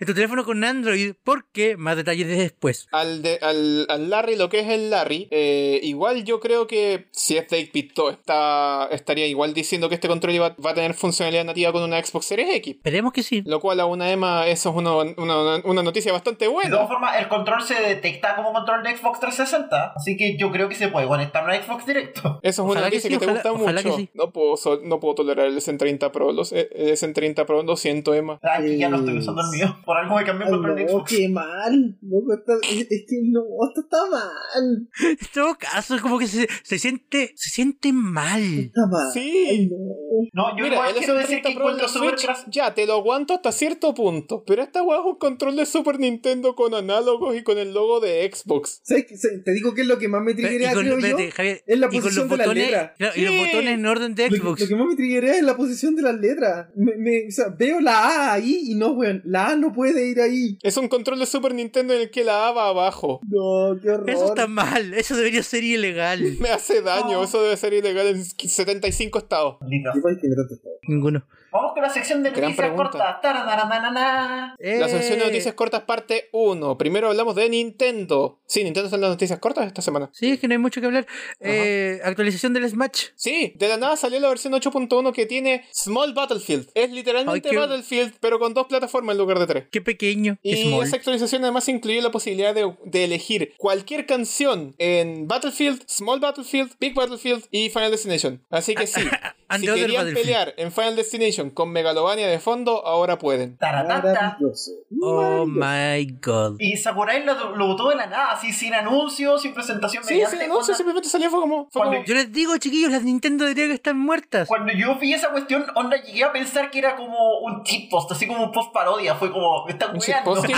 en tu teléfono con Android, porque más detalles después.
Al, de- al, al Larry, lo que es el Larry, eh, igual yo creo que si es Dave Pitto, está, estaría igual diciendo que este control iba- va a tener funcionalidad nativa con una Xbox Series X.
Esperemos que sí.
Lo cual a una EMA eso es una, una- una noticia bastante
De todas
buena.
formas, el control se detecta como control de Xbox 360, así que yo creo que se puede conectar a una Xbox directo.
Eso
(laughs)
es una
Ojalá que
noticia
sí,
que, te
ojalá-
gusta
ojalá
mucho.
que sí.
No, puedo, sol- no puedo tolerar el SN30 Pro. Los, el SN30 Pro, lo siento, EMA.
Aquí ya no estoy usando el mío. Por algo me cambié
Ay,
el control de
no,
Xbox.
qué mal. loco, está- es, es que no, esto está mal.
En todo caso, como que se, se siente se siente mal.
Está mal.
Sí.
Ay, no.
No, yo
Mira,
igual
el
quiero decir que
S30 Pro en
encuentro
la
súper
Switch
clas-
ya te lo aguanto hasta cierto punto. Pero esta weá es un control de Super Nintendo con análogos y con el logo de Xbox.
¿Sabes qué? Se- Te digo que es lo que más me
Y
triggerea,
con-
creo (laughs) yo.
espérate, Javier,
es la
y con los
posición de la
botones,
letra.
claro, y los
Sí.
botones en orden de
Lo-
Xbox.
Lo, que más me triggerea es la posición de las letras. Me, me- o sea, veo la A ahí y no, weón. La A no puede ir ahí.
Es un control de Super Nintendo en el que la A va abajo.
No, qué horror.
Eso está mal, eso debería ser ilegal.
Me hace daño,
Ah.
No.
eso debe ser ilegal en 75 estados.
Maldita
Qué mal pues, que me trata esta weá.
(laughs) Ninguno.
Vamos con la sección de
Gran
noticias
pregunta.
cortas. Taranaranana.
La
Eh,
sección de noticias cortas parte 1. Primero hablamos de Nintendo. Sí, Nintendo son las noticias cortas esta semana.
Sí, es que no hay mucho que hablar. Eh, actualización del Smash.
Sí, de la nada salió la versión 8.1 que tiene Small Battlefield. Es literalmente
Ay, qué-
Battlefield, pero con dos plataformas en lugar de tres.
Qué pequeño. qué
Y
small.
esa actualización además incluye la posibilidad de, de elegir cualquier canción en Battlefield, Small Battlefield, Big Battlefield y Final Destination. Así que sí,
(laughs) And
si
the other
querían
Battlefield.
pelear en Final Destination con Megalovania de fondo, ahora pueden. Ah,
Taratata.
Maravilloso.
Oh
Maravilloso.
my god.
Y Sakurai lo, lo botó de la nada, así sin anuncios, sin presentación
Sí,
mediante,
sí, no, sí,
onda.
simplemente salió fue como... fue
Cuando
como-
Yo les digo, chiquillos, las Nintendo diría que están muertas.
Cuando yo vi esa cuestión, onda, llegué a pensar que era como un shitpost, así como un post parodia. Fue como, me están
¿Un
weando.
shitposting?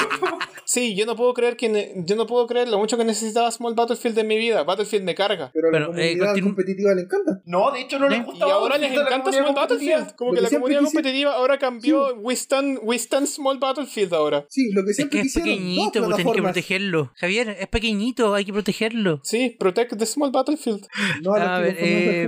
Sí, yo no puedo creer que ne- yo no puedo creer lo mucho que necesitaba Small Battlefield en mi vida. Battlefield me carga.
Pero a la
Bueno, eh,
comunidad
continu-
competitiva le encanta.
(laughs) No, de hecho no les
Y
gusta.
ahora les
Battlefield a la
encanta
comunidad
Small
competitiva.
Battlefield. Como
Lo
que
que
la
siempre
comunidad
quise-
competitiva ahora cambió.
Sí.
We stand, we stand Small Battlefield ahora.
Sí, lo que
Es
siempre
que es
quisieron. dos
pequeñito, pues tienen que
plataformas.
protegerlo. Javier, es pequeñito, hay que protegerlo.
Sí, protect the Small Battlefield.
No,
A
las
ver, eh,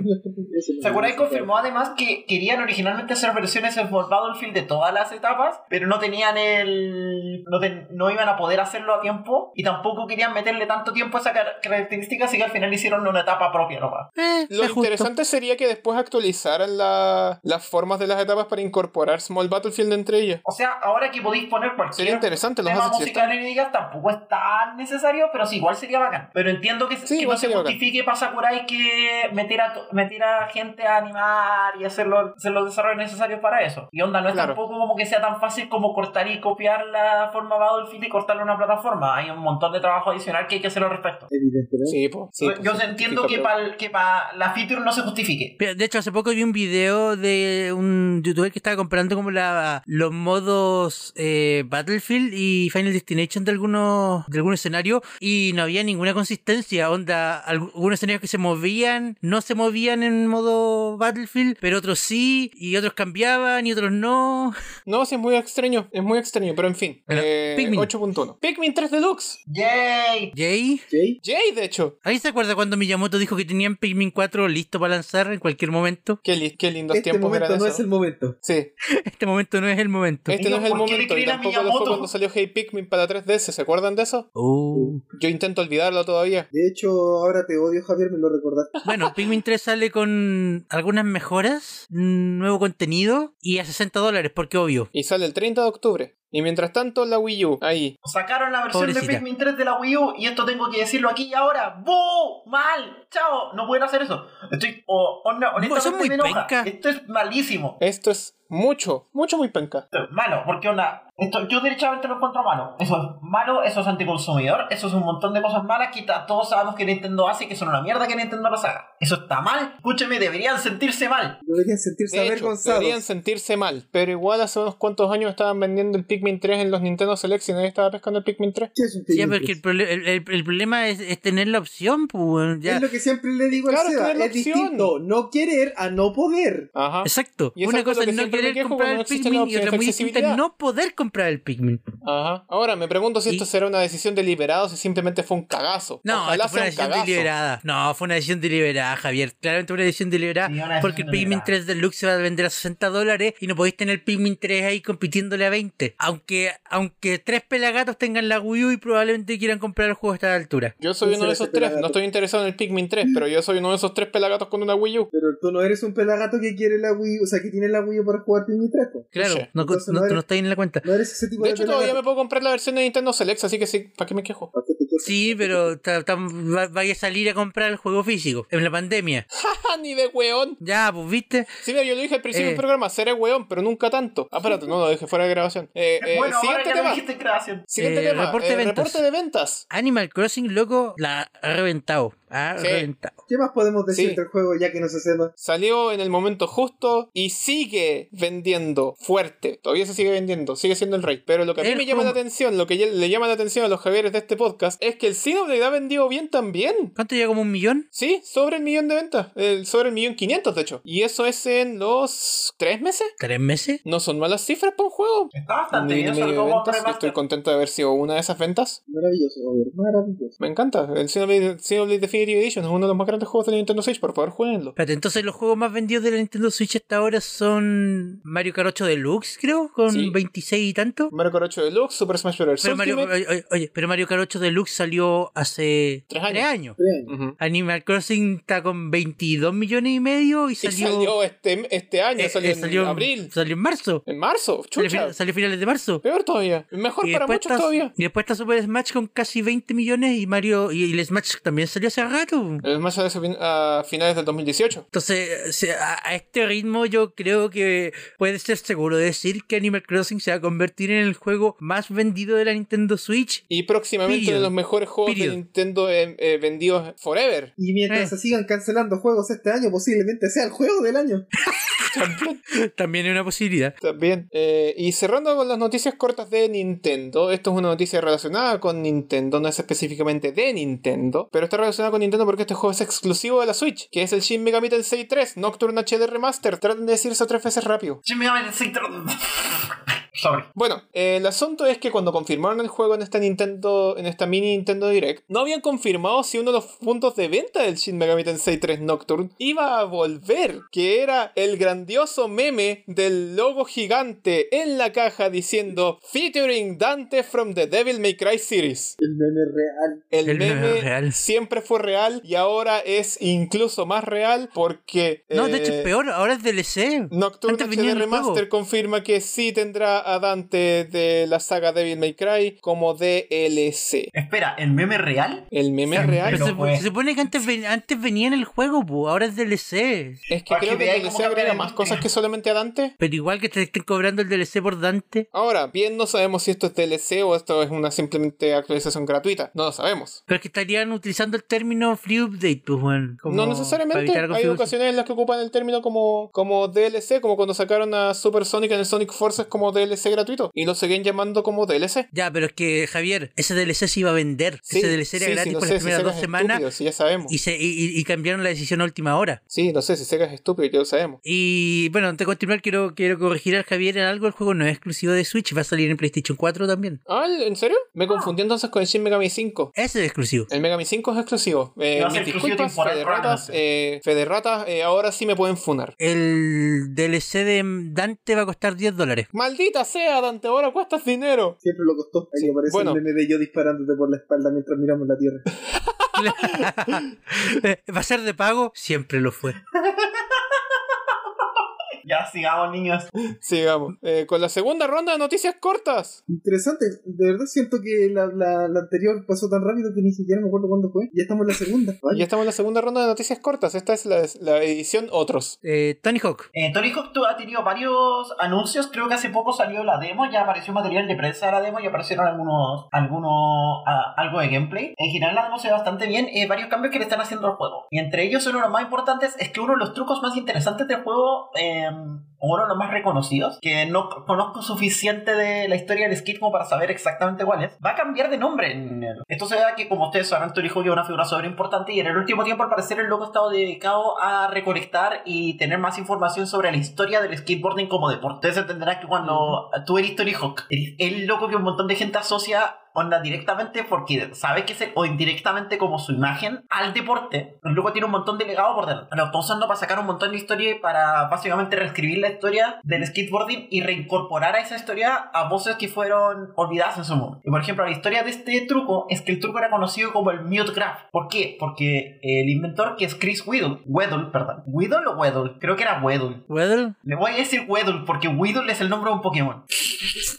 plataformas competitivas. Eso no
Sakurai
es.
confirmó además que querían originalmente hacer versiones de Small Battlefield de todas las etapas, pero no tenían el. No, ten- no iban a poder hacerlo a tiempo y tampoco querían meterle tanto tiempo a esa car- característica, así que al final hicieron una etapa propia nomás.
Eh,
Lo
es justo.
interesante sería que después actualizaran la- las formas de las etapas para incorporar Small Battlefield entre ellas.
O sea, ahora que podéis poner
Sería
cualquier
interesante, los
tema
haces si
musical en ellas tampoco es tan necesario, pero sí, igual sería bacán. Pero entiendo que,
Sí,
que
igual
no se
sería bacán.
justifique para Sakurai que meter a, to- meter a gente a animar y hacer los, hacer los desarrollos necesarios para eso. Y onda, no es
Claro.
tampoco como que sea tan fácil como cortar y copiar la forma Battlefield y cortarle una plataforma. Hay un montón de trabajo adicional que hay que hacer al respecto.
Evidentemente.
Sí, po, sí, po,
Yo
sí,
entiendo
justifica,
que
pero-
para que pa la feature no se justifique.
Pero, De hecho, hace poco vi un video de de un youtuber que estaba comparando como la, los modos eh, Battlefield y Final Destination de algunos de algunos escenarios y no había ninguna consistencia. Onda, alg- algunos escenarios que se movían, no se movían en modo Battlefield, pero otros sí, y otros cambiaban y otros no.
No, sí, es muy extraño, es muy extraño, pero en fin.
Bueno,
Eh,
Pikmin.
8.1. Pikmin 3 Deluxe.
¡Yay!
Jay.
¿Jay?
Jay, de hecho.
¿Ahí se acuerda cuando Miyamoto dijo que tenían Pikmin 4 listo para lanzar en cualquier momento? (laughs)
Qué, li- qué lindos
Este
tiempos
momento
eran
no
esos.
es el momento.
Sí,
Este momento no es el momento.
este no es el
¿Por qué le
momento y
creen a
tampoco lo fue
Miyamoto?
cuando salió Hey Pikmin para 3DS, ¿se acuerdan de eso?
Oh.
Yo intento olvidarlo todavía.
De hecho, ahora te odio, Javier, me lo recordaste.
Bueno, Pikmin 3 sale con algunas mejoras, nuevo contenido y a 60 dólares, porque obvio.
Y sale el 30 de octubre. Y mientras tanto, la Wii U, ahí.
Sacaron la versión
Pobrecita.
de Pikmin 3 de la Wii U y esto tengo que decirlo aquí y ahora. ¡Bu! ¡Mal! ¡Chao! No pueden hacer eso. Estoy. o o no, honestamente
Eso es muy
me enoja.
penca.
Esto es malísimo.
Esto es mucho, mucho muy penca.
Esto es malo, porque onda. Esto, yo derechamente lo encuentro malo. Eso es malo, eso es anticonsumidor, eso es un montón de cosas malas que ta- todos sabemos que Nintendo hace y que son una mierda que Nintendo las haga. Eso está mal. Escúcheme, deberían sentirse mal.
Deberían sentirse
De hecho,
avergonzados.
deberían sentirse mal. Pero igual hace unos cuantos años estaban vendiendo el Pikmin 3 en los Nintendo Select y nadie estaba pescando el Pikmin 3.
¿Qué es un
Ya,
Pikmin
porque el,
3?
prole- el- el- el problema es, es tener la opción, pues, weón, ya.
Es lo que siempre le digo
Claro,
al Seba,
tener la
es
opción.
distinto no querer a no poder.
Ajá.
Exacto.
Y eso
Una
es con
cosa
lo que
es no
siempre me
querer
quejo
comprar
cuando
el
no existe
Pikmin
la
y otra
opción de
muy distinta es
accesibilidad.
no poder comprar el Pikmin.
Ajá. Ahora me pregunto si esto
Y-
será una decisión deliberada o si simplemente fue un cagazo.
No,
Ojalá
esto fue una decisión
sea un cagazo.
deliberada. No, fue una decisión deliberada, Javier. Claramente fue una decisión deliberada.
Sí, una decisión
porque el Pikmin
deliberada.
3 Deluxe se va a vender a 60 dólares y no podéis tener Pikmin 3 ahí compitiéndole a 20. Aunque, aunque tres pelagatos tengan la Wii U y probablemente quieran comprar el juego a esta altura.
Yo soy
¿Quién
uno de
será
esos
ese
tres.
pelagato?
No estoy interesado en el Pikmin 3, pero yo soy uno de esos tres pelagatos con una Wii U.
Pero tú no eres un pelagato que quiere la Wii, o sea, que tiene la Wii U para jugar Pikmin 3. po.
Claro,
Sí.
no,
Entonces
no,
no
tú no
eres-
estáis en la cuenta.
No eres ese tipo
De
de
hecho,
pelagato.
todavía me puedo comprar la versión de Nintendo Select, así que sí, ¿para qué me quejo? (laughs)
¿Para qué te quejas?
Sí, pero ta- tam- va- vaya a salir a comprar el juego físico en la pandemia.
¡Ja, Ah, ni de weón!
Ya, pues viste.
Sí, mira, yo lo dije al principio
Eh.
del programa, seré weón, pero nunca tanto. Ah, espérate, no lo dejé fuera de grabación. Eh, eh,
bueno, ahora
siguiente
ya me
tema.
dijiste creación.
Siguiente
Eh,
tema.
reporte
eh,
de ventas.
reporte de ventas.
Animal Crossing, loco, la ha reventado. Ha
Sí.
reventado.
¿Qué más podemos decir
Sí.
del juego ya que no se sepa?
Salió en el momento justo y sigue vendiendo fuerte. Todavía se sigue vendiendo, sigue siendo el rey. Pero lo que a mí
El
me llama la
Home-
atención, lo que ya- le llama la atención a los Javieres de este podcast, es que el Xenoblade ha vendido bien también.
¿Cuánto llega como un millón?
Sí, sobre el millón de ventas. eh, sobre el millón quinientos, de hecho. Y eso es en los tres meses.
¿Tres meses?
No son malas cifras para un juego.
Está bastante
Ni-
bien,
ni
sobre
de
todo
ventas,
para el
yo estoy
Master.
contento de haber sido una de esas ventas.
Maravilloso, Javier, maravilloso.
Me encanta. El Xenoblade, Xenoblade Definitive Edition es uno de los más grandes juegos de la Nintendo Switch. Por favor, jueguenlo.
Espérate, entonces los juegos más vendidos de la Nintendo Switch hasta ahora son Mario Kart 8 Deluxe, creo, con
Sí.
26 y tanto.
Mario Kart 8 Deluxe, Super Smash Bros.
Pero Mario,
Ultimate.
oye, oye, pero Mario Kart 8 Deluxe salió hace
Tres años.
Vean,
eh,
Ujú.
Animal Crossing está con 22 millones y medio y
Y
salió,
salió este, este año,
eh,
salió,
eh, salió
en abril,
salió en marzo.
en marzo.
Salió,
Chucha,
fi- salió a finales de marzo.
peor todavía. Mejor
Y
para
después
muchos
está-
todavía.
Y después está Super Smash con casi 20 millones y Mario y, y el Smash también salió hace rato.
El Smash salió a finales del 2018.
Entonces, se- a, a este ritmo yo creo que puede ser seguro decir que Animal Crossing se va a convertir en el juego más vendido de la Nintendo Switch. (laughs)
Y próximamente
Period.
uno de los mejores juegos
Period.
de Nintendo eh, eh, vendidos forever. (laughs)
Y mientras
Eh.
se sigan cancelando juegos este año, posiblemente sea el juego del año.
También.
También es una posibilidad.
También. Eh, y cerrando con las noticias cortas de Nintendo, esto es una noticia relacionada con Nintendo, no es específicamente de Nintendo, pero está relacionada con Nintendo porque este juego es exclusivo de la Switch, que es el Shin Megami Tensei 3 Nocturne HD Remaster. Traten de decir eso tres veces rápido.
Sí, me llaman el sector. (laughs) Sorry.
Bueno, eh, el asunto es que cuando confirmaron el juego en esta Nintendo, en esta mini Nintendo Direct, no habían confirmado si uno de los puntos de venta del Shin Megami Tensei 3 Nocturne iba a volver, que era el grandioso meme del logo gigante en la caja diciendo featuring Dante from the Devil May Cry series.
El meme real.
El,
El meme
meme,
real.
siempre fue real y ahora es incluso más real porque
No, de hecho es
eh,
peor, ahora es DLC.
Nocturne
Antes venía
HD
en el juego.
Remaster confirma que sí tendrá Espada antes de la saga Devil May Cry como DLC.
Espera, ¿el meme real?
El meme
Sí,
real.
pero-
se,
fue-
se supone que antes, ven- antes venía en el juego, po, ahora es DLC.
Es que
Para
creo
que
que
veáis
el DLC
cómo
agrega
cambian
más
el-
cosas que solamente a Dante.
Pero igual que te estén cobrando el DLC por Dante.
Ahora, bien, no sabemos si esto es DLC o esto es una simplemente actualización gratuita. No lo sabemos.
Pero es que estarían utilizando el término free update, pues, weón. como
no
para
necesariamente.
evitar
Hay
confusión.
ocasiones en las que ocupan el término como, como DLC, como cuando sacaron a Super Sonic en el Sonic Forces como DLC gratuito. Y lo seguían llamando como DLC.
Ya, pero es que, Javier, ese DLC se iba a vender. ese DLC era
sí,
gratis
sí, lo
por las
sé, si
primeras
Sega
dos
es estúpido,
semanas
sí, ya sabemos.
y, se, y, y- y cambiaron la decisión a última hora.
Sí, no sé, si Sega es estúpido, ya lo sabemos.
Y bueno, antes de continuar, quiero, quiero corregir al Javier en algo. El juego no es exclusivo de Switch, va a salir en PlayStation 4 también.
Ah, ¿en serio? Me confundí entonces con el Shin Megami 5.
Ese es exclusivo.
El Megami 5 es exclusivo. Eh,
Y va a
mis
ser exclusivo
disculpas,
temporal,
Federatas, eh, Federatas, eh, ahora sí me pueden funar.
El DLC de Dante va a costar 10 dólares. (laughs)
Maldita sea, Dante, ahora cuestas dinero.
Siempre lo costó. Ahí
Sí,
aparece
bueno.
el meme de yo disparándote por la espalda mientras miramos la tierra.
¿Va a ser de pago? Siempre lo fue.
Ya sigamos, niños.
Sigamos. Eh, con la segunda ronda de noticias cortas.
Interesante. De verdad siento que la, la, la anterior pasó tan rápido que ni siquiera me acuerdo cuándo fue. Ya estamos en la segunda. Vaya.
Ya estamos en la segunda ronda de noticias cortas. Esta es la, la edición Otros.
Eh, Tony Hawk.
Eh, Tony Hawk tu- ha tenido varios anuncios. Creo que hace poco salió la demo. Ya apareció material de prensa de la demo y aparecieron algunos, algunos ah, algo de gameplay. En general, la demo se ve bastante bien. eh, varios cambios que le están haciendo al juego. Y entre ellos, uno de los más importantes es que uno de los trucos más interesantes del juego, eh, o uno de los más reconocidos, que no c- conozco suficiente de la historia del skate como para saber exactamente cuál es, va a cambiar de nombre. en el- Esto se da que, como ustedes sabrán, Tony Hawk es una figura sobre importante y en el último tiempo, al parecer, el loco ha estado dedicado a recolectar y tener más información sobre la historia del skateboarding como deporte. Ustedes entenderán que cuando tú eres Tony Hawk, eres el loco que un montón de gente asocia onda directamente porque sabe que es el- o indirectamente como su imagen al deporte. El loco tiene un montón de legado por delante. Lo está usando para sacar un montón de historia y para básicamente reescribir la historia del skateboarding y reincorporar a esa historia a voces que fueron olvidadas en su momento. Y por ejemplo, la historia de este truco es que el truco era conocido como el Mute Graph. ¿Por qué? Porque el inventor que es Chris Weddle, Weddle, perdón, Weddle o Weddle, creo que era Weddle.
Weddle.
Le voy a decir Weddle porque Weddle es el nombre de un Pokémon.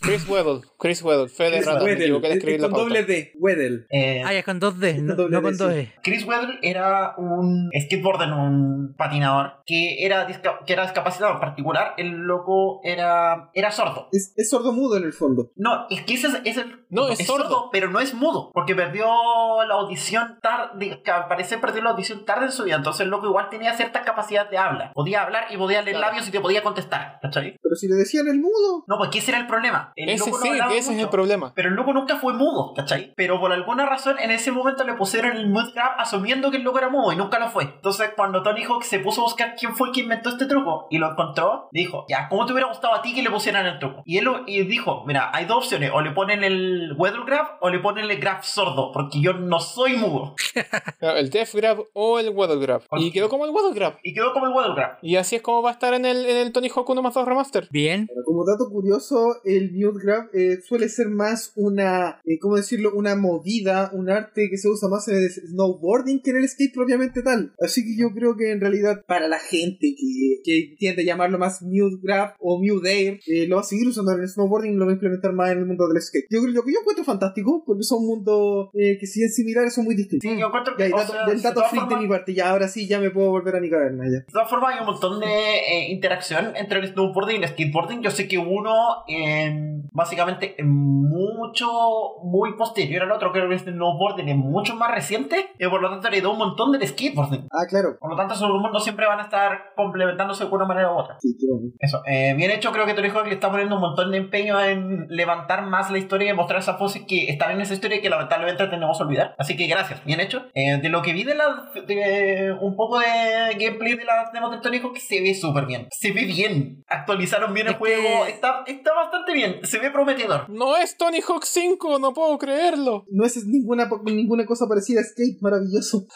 Chris Weddle. Chris Weddle. Federatas. Me equivoqué al
eh,
escribir la
con doble
pauta.
D. Weddle.
Eh,
Ah, ya es con 2D, no,
Doble
no con E.
D, sí.
2D.
Chris Weddle era un skateboarder, un patinador, que era, disca- que era discapacitado. En particular, el loco era, era sordo.
Es, es sordo mudo en el fondo.
No, es que ese es, es el-
No, es sordo.
pero no es mudo, porque perdió la audición tarde, que al parecer perdió la audición tarde en su vida, entonces el loco igual tenía cierta capacidad de habla. Podía hablar y podía leer
Claro.
labios y te podía contestar, ¿cachai?
Pero si le decían el mudo.
No, porque ese era el problema. El
Ese
loco no
sí,
hablaba
ese es el
mucho.
problema.
Pero el loco nunca fue mudo, ¿cachai? Pero por alguna razón en ese momento le pusieron el mood grab asumiendo que el loco era mudo y nunca lo fue. Entonces cuando Tony Hawk se puso a buscar quién fue el que inventó este truco y lo encontró, dijo, ya, ¿cómo te hubiera gustado a ti que le pusieran el truco? Y él lo- y dijo, mira, hay dos opciones, o le ponen el weather grab o le ponen el grab sordo, porque yo no soy mudo.
Claro, El Death Grab o el Weddle Grab. Y quedó como el Weddle Grab.
Y quedó como el weather grab.
Y así es como va a estar en el, en el Tony Hawk 1 más 2 Remaster.
Bien.
Pero Como dato curioso, el mute grab eh, suele ser más una, eh, ¿cómo decirlo? Una movida, un arte que se usa más en el snowboarding que en el skate propiamente tal. Así que yo creo que en realidad para la gente que, que tiende a llamarlo más mute grab o mute air, eh, lo va a seguir usando en el snowboarding y lo va a implementar más en el mundo del skate. Yo creo lo que yo encuentro fantástico porque son mundos eh, que si bien similares son muy distintos.
Sí, yo encuentro que...
Ya, y
o
dato,
sea,
del
de
dato
todas
freak de
formas-
mi parte, ya ahora sí ya me puedo volver a mi caverna ya.
De todas formas, hay un montón de eh, interacción entre el snowboarding y el skateboarding. Yo sé que uno, eh, básicamente, es mucho, muy posterior al otro. Creo que el snowboarding es mucho más reciente y por lo tanto heredó un montón del skateboarding.
Ah, claro.
Por lo tanto, esos mundos siempre van a estar complementándose de una manera u otra.
Sí, qué bueno.
Eso. eh, bien hecho, creo que Tony Hawk le está poniendo un montón de empeño en levantar más la historia y mostrar esas voces que están en esa historia y que lamentablemente tenemos que olvidar. Así que gracias, bien hecho. Eh, de lo que vi de la. de un poco de gameplay de las demos de Tony Hawk, se ve súper bien. Se ve bien. Actualizaron bien el
Es que-
juego. Está, está bastante bien. Se ve prometedor.
No es Tony Hawk 5, no puedo creerlo.
No es ninguna, ninguna cosa parecida a skate, maravilloso.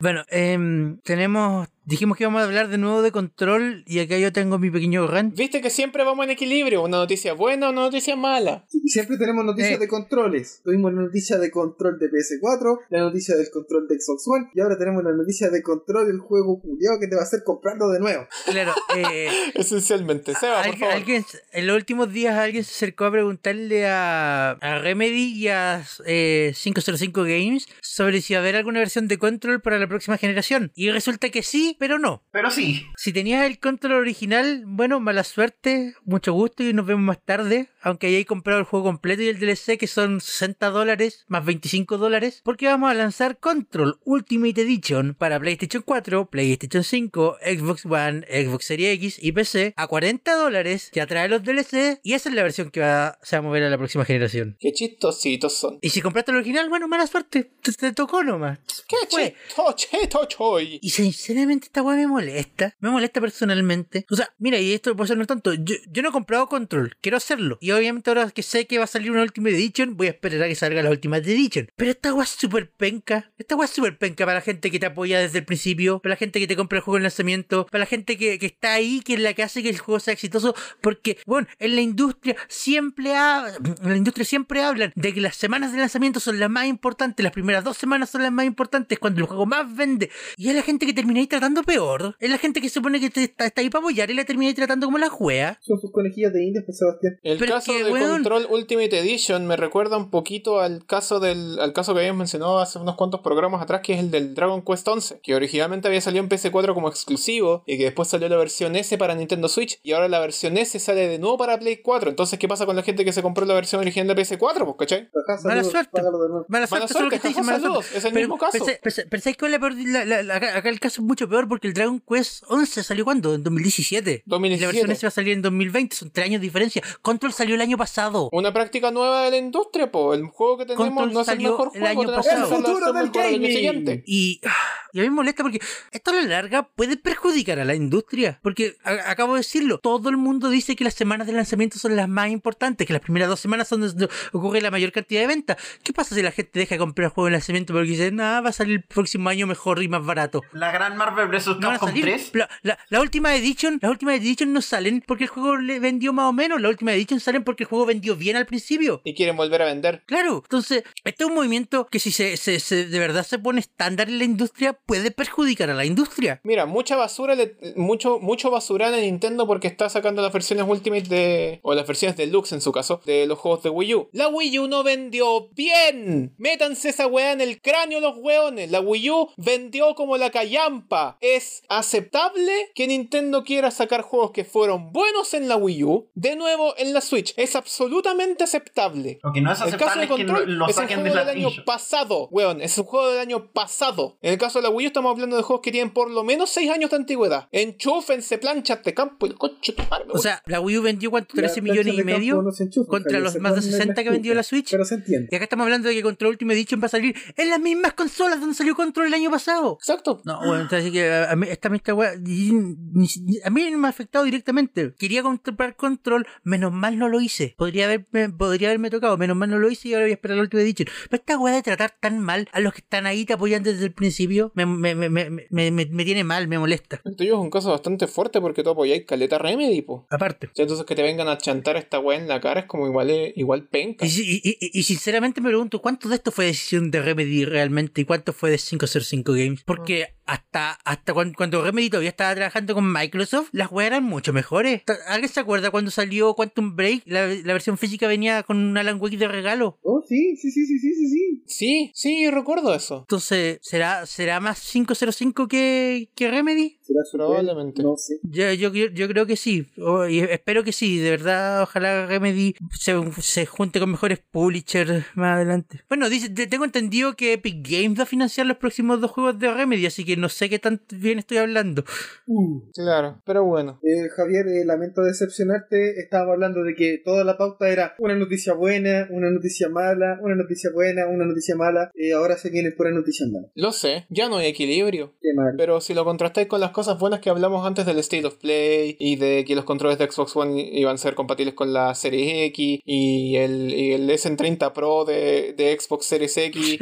Bueno, em, tenemos Dijimos que íbamos a hablar de nuevo de control y acá yo tengo mi pequeño rant.
Viste que siempre vamos en equilibrio, una noticia buena, una noticia mala. (laughs)
Siempre tenemos noticias
Eh.
de controles. Tuvimos la noticia de control de PS4, la noticia del control de Xbox One, y ahora tenemos la noticia de control del juego culiao que te va a hacer comprarlo de nuevo.
Claro, eh,
Esencialmente, Seba, por
Algu-
favor.
alguien- en los últimos días alguien se acercó a preguntarle a, a Remedy y a eh, 505 Games sobre si va a haber alguna versión de Control para la próxima generación. Y resulta que sí, pero no.
Pero sí,
Si tenías el Control original, bueno, mala suerte, mucho gusto y nos vemos más tarde. Aunque hayáis comprado el juego completo y el DLC que son 60 dólares más 25 dólares. Porque vamos a lanzar Control Ultimate Edition para PlayStation 4, PlayStation 5, Xbox One, Xbox Series X y PC a 40 dólares. Ya trae los DLC y esa es la versión que va, se va a mover a la próxima generación.
Qué chistositos son.
Y si compraste el original, bueno, mala suerte, te, te tocó nomás.
Qué
Fue.
chisto, chito, choy.
Y sinceramente esta weá me molesta. Me molesta personalmente. O sea, mira, y esto puede ser no tanto. Yo, yo no he comprado Control. Quiero hacerlo. Y obviamente ahora que sé que va a salir una Ultimate Edition, voy a esperar a que salga la Ultimate Edition. Pero esta weá es súper penca. Esta weá es súper penca para la gente que te apoya desde el principio. Para la gente que te compra el juego en lanzamiento. Para la gente que, que está ahí, que es la que hace que el juego sea exitoso. Porque, bueno, en la industria siempre ha- en la industria siempre hablan de que las semanas de lanzamiento son las más importantes. Las primeras dos semanas son las más importantes. Cuando el juego más vende. Y es la gente que termináis tratando peor. Es la gente que supone que te está, está ahí para apoyar y la termináis tratando como la juea.
Son sus conejillas de indias, pues Sebastián.
El
Pero
caso
es que,
de
weón.
Control Ultimate Edition me recuerda un poquito al caso del al caso que habíamos mencionado hace unos cuantos programas atrás, que es el del Dragon Quest 11, que originalmente había salido en PC4 como exclusivo y que después salió la versión S para Nintendo Switch y ahora la versión S sale de nuevo para Play 4. Entonces, ¿qué pasa con la gente que se compró la versión original de PC4, pues, cachai?
Ajá,
Mala
saludos,
suerte.
págalo de nuevo.
Mala
Mala
suerte, eso es lo que
suerte,
te
jaja,
dicen, mala
saludos,
suerte.
es el
Pero
mismo caso.
pensé- pensé- pensáis que la peor- la- la- la- acá, acá el caso es mucho peor porque el Dragon Quest 11 salió cuando? En 2017. Y La
2017.
versión S va a salir en 2020, son tres años de diferencia. Control salió el año pasado.
Una práctica nueva de la industria, po. El juego que tenemos
Control
no es el
salió
mejor
el
juego.
año
tenemos
pasado.
que
¡El futuro
lanzarlo
del
mejor al año
gaming!
siguiente.
Y, ah, y a mí me molesta porque esto a la larga puede perjudicar a la industria. Porque a- acabo de decirlo, todo el mundo dice que las semanas de lanzamiento son las más importantes, que las primeras dos semanas son donde ocurre la mayor cantidad de ventas. ¿Qué pasa si la gente deja de comprar juegos de lanzamiento porque dice, nada, va a salir el próximo año mejor y más barato?
la gran Marvel vs.
No van a
Capcom
salir.
3.
La, la- la última edition, las últimas edition no salen porque el juego le vendió más o menos. La última edition salen porque el juego vendió bien al principio.
Y quieren volver a vender.
Claro, entonces, este es un movimiento que si se, se- se- de verdad se pone estándar en la industria, puede perjudicar a la industria.
Mira, mucha basura, le- mucho, mucho basural a Nintendo porque está sacando las versiones Ultimate de. o las versiones Deluxe en su caso, de los juegos de Wii U. La Wii U no vendió bien. Métanse esa weá en el cráneo, los weones. La Wii U vendió como la callampa. Es aceptable que Nintendo quiera sacar juegos que fueron buenos en la Wii U de nuevo en la Switch. Es absolutamente aceptable.
Lo que no es
El caso
aceptable
de
es que
Control
lo
es el
saquen
juego
de la
del año pasado, weón. Es un juego del año pasado. En el caso de la Wii U estamos hablando de juegos que tienen por lo menos 6 años de antigüedad. Enchúfense, planchas de campo y el coche tu madre,
O sea, la Wii U vendió cuánto,
Las
13
planchas
millones
de
y
campo
medio.
no se enchufan,
contra
Javier,
los
se
más de
ponen en
60 que vendió la
estufa,
Switch.
Pero se entiende.
Y acá estamos hablando de que Control Ultimate Edition va a salir en las mismas consolas donde salió Control el año pasado.
Exacto.
No, bueno, entonces así que a a mí, esta, esta weá, y- ni si- ni- a mí no me ha afectado directamente. Quería comprar control, menos mal no lo hice. Podría haberme, podría haberme tocado, menos mal no lo hice y ahora voy a esperar al último edition. Pero esta weá de tratar tan mal a los que están ahí, te apoyan desde el principio, me, me, me, me, me, me- me tiene mal, me molesta.
El tuyo es un caso bastante fuerte porque tú apoyáis Caleta Remedy, po.
Aparte.
O sea, entonces que te vengan a chantar esta weá en la cara es como igual, eh, igual penca.
Y, si- y- y- y sinceramente me pregunto, ¿cuánto de esto fue decisión de Remedy realmente y cuánto fue de 505 Games? Porque hasta, hasta cuan- cuando, Remedy todavía estaba trabajando con Microsoft, las weas eran mucho mejores. Ta- ¿Alguien se acuerda cuando salió Quantum Break? La, la versión física venía con un Alan Wake de regalo.
Oh, sí, sí, sí, sí, sí, sí, sí.
Sí, sí, yo recuerdo eso.
Entonces, ¿será, será más 505 que, que Remedy?
Será su
Probablemente.
No sé.
Yo, yo, yo, yo creo que sí, O- y espero que sí, de verdad, ojalá Remedy se, se junte con mejores publishers más adelante. Bueno, dice, te- tengo entendido que Epic Games va a financiar los próximos dos juegos de Remedy, así que no sé qué tan bien estoy hablando.
Uh.
Claro, pero bueno.
Eh, Javier, eh, lamento decepcionarte. Estábamos hablando de que toda la pauta era una noticia buena, una noticia mala, una noticia buena, una noticia mala. Eh, ahora se vienen puras noticias malas.
Lo sé, ya no hay equilibrio.
Qué mal.
Pero si lo contrastáis con las cosas buenas que hablamos antes del State of Play y de que los controles de Xbox One iban a ser compatibles con la Series X y el, y el S30 Pro de, de Xbox Series X,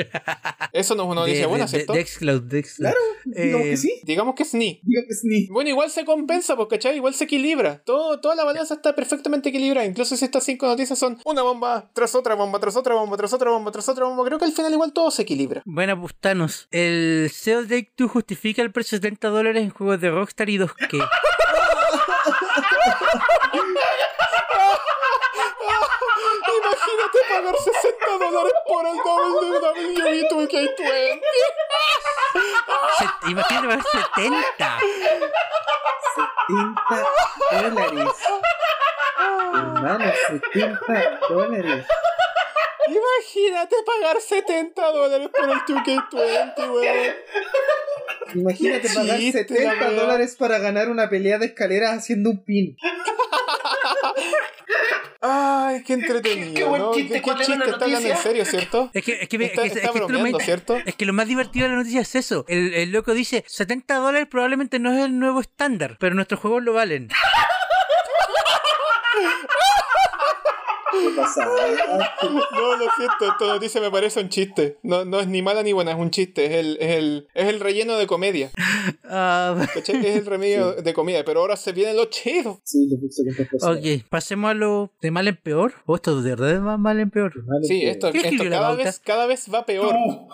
eso no es una
(laughs) de,
noticia buena,
de-
¿cierto?
de- de Xcloud, de Xcloud.
Claro. Digamos
Eh,
que sí.
Digamos que es ni.
Digamos que sí.
Bueno, igual se compensa, pues, ¿cachai? Igual se equilibra. Todo, toda la balanza está perfectamente equilibrada. Incluso si estas cinco noticias son una bomba tras otra bomba, tras otra bomba, tras otra bomba, tras otra bomba, creo que al final igual todo
(laughs)
se equilibra.
Buena Bustanos. pues, El Sell Day 2 justifica el precio de 70 dólares en juegos de Rockstar y
(laughs)
2K.
Imagínate pagar 60 dólares por el WWE 2K20.
Se- Imagínate pagar 70.
70 dólares. Hermano, 70 dólares.
Imagínate pagar 70 dólares por el
(laughs)
2K20, weón.
Imagínate
Qué
pagar
chiste,
70
la verdad.
dólares para ganar una pelea de escaleras haciendo un pin.
Ay, qué entretenido,
Qué buen
¿no?
chiste,
Qué, qué
¿cuál era la
chiste, está hablando en
noticia?
(laughs)
serio, ¿cierto?
Es que, es que, me- es
Está,
que- es
está
que esto lo
bromeando,
me- (laughs)
¿cierto?
es que lo más divertido de la noticia es eso. El, el loco dice, 70 dólares probablemente no es el nuevo estándar, pero nuestros juegos lo valen.
¿Qué Ah, pasa?
No, lo siento, esta noticia me parece un chiste. No, no es ni mala ni buena, es un chiste. Es el, es el, es el relleno de comedia.
(laughs) Ah,
¿Cachai? Es el
(laughs)
remedio de comedia. Pero ahora se viene lo chido.
Sí, lo puse con personas.
ok, pasemos a lo de mal en peor. eh. O esto de verdad es más mal en peor.
Sí, esto,
¿Quién escribió
esto
la
cada,
pauta?
vez, cada vez va peor.
Tú.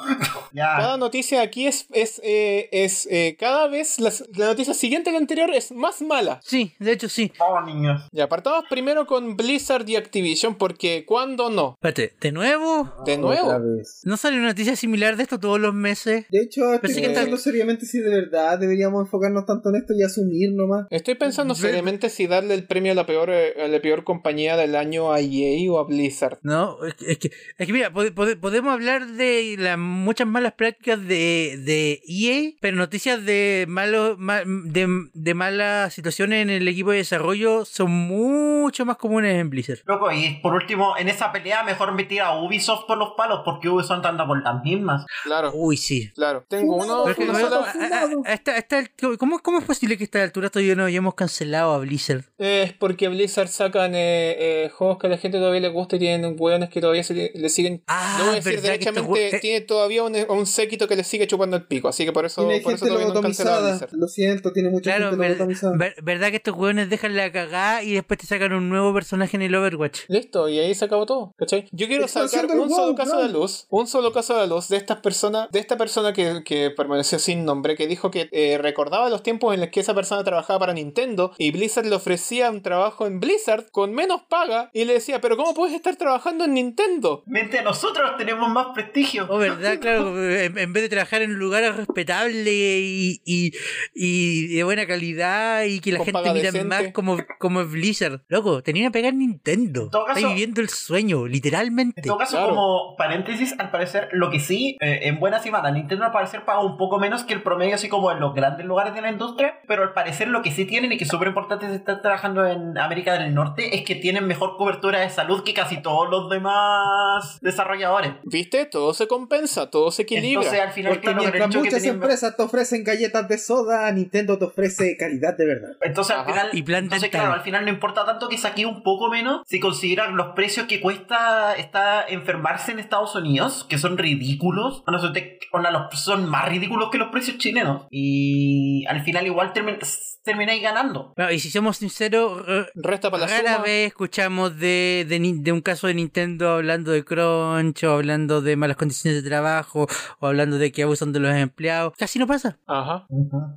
Cada
(laughs) Ya.
noticia aquí es. es, eh, es eh, cada vez las- la noticia siguiente a la anterior es más mala.
Sí, de hecho sí.
Vamos, Oh, niños.
Ya, apartamos primero con Blizzard y Activision, porque ¿cuándo no?
Espérate, ¿de nuevo?
De nuevo.
¿No sale una noticia similar de esto todos los meses?
De hecho, estoy
Pensé
que
pensando
tal-
seriamente si de verdad deberíamos enfocarnos tanto en esto y asumir nomás.
Estoy pensando
Ve-
seriamente si darle el premio a la peor, eh, a la peor compañía del año a EA o a Blizzard.
No, es que, es que, es que mira, pode- pode- podemos hablar de las muchas malas prácticas de, de EA, pero noticias de malos ma- de, de malas situaciones en el equipo de desarrollo son mucho más comunes en Blizzard.
Loco, y por último, en esa pelea mejor meter a Ubisoft por los palos porque Ubisoft anda por las mismas.
Claro.
Uy, sí.
Claro, tengo uno,
Pero es que,
una
bueno,
sola-
a- a- a esta- a esta altu- ¿cómo, cómo es posible que a esta altura todavía no hayamos cancelado a Blizzard?
Eh, Es porque Blizzard sacan eh, eh, juegos que a la gente todavía le gusta y tienen hueones que todavía se le, le siguen.
Ah,
no voy a decir
verdad que estos
derechamente,
jue- eh.
tiene todavía un, un séquito que le sigue chupando el pico. Así que por eso,
tiene
por eso
gente
todavía no han cancelado a
lobotomizada.
Blizzard.
Lo siento, tiene mucha
Claro,
gente
ver-
lobotomizada.
ver- verdad que estos hueones dejan la cagada y después te sacan un nuevo personaje en el Overwatch.
Listo, y ahí se acabó todo, ¿cachai? Yo quiero
Expansión
sacar
del
un
WoW,
solo caso
claro.
de luz, un solo caso de luz de estas personas, de esta persona que, que permaneció sin nombre, que dijo que eh, recordaba los tiempos en los que esa persona trabajaba para Nintendo y Blizzard le ofrecía un trabajo en Blizzard con menos paga y le decía, pero ¿cómo puedes estar trabajando en Nintendo?
Mientras nosotros tenemos más prestigio.
Oh, verdad, claro, en, en vez de trabajar en lugares respetables y, y, y de buena calidad y que la
Con
gente
paga
mira
decente.
más como, como es Blizzard. Loco, tenía que pegar Nintendo.
En todo
Está
caso-
viviendo el sueño, literalmente.
En todo caso,
claro.
como paréntesis, al parecer, lo que sí, eh, en buena semana, Nintendo al parecer paga un poco menos que el promedio, así como en los grandes lugares de la industria, pero al parecer lo que sí tienen y que es súper importante si están trabajando en América del Norte es que tienen mejor cobertura de salud que casi todos los demás desarrolladores.
¿Viste? Todo se compensa, todo se equilibra.
Entonces, al final,
Porque
claro, el
mientras
hecho que
muchas
tenían-
empresas te ofrecen galletas de soda, Nintendo te ofrece calidad de verdad.
Entonces, al
Ajá.
final,
Y plan
entonces,
dental.
claro, al final no importa tanto que saque un poco menos si consideran los precios que cuesta está enfermarse en Estados Unidos, que son ridículos. Bueno, son, te- bueno, los- son más ridículos que los precios chilenos. Y al final igual termi- termináis ganando.
Bueno, y si somos sinceros, r-
Resta para la
rara
suma.
vez escuchamos de, de, Nin- de un caso de Nintendo hablando de crunch o hablando de malas condiciones de trabajo o hablando de que abusan de los empleados. Casi no pasa.
Ajá.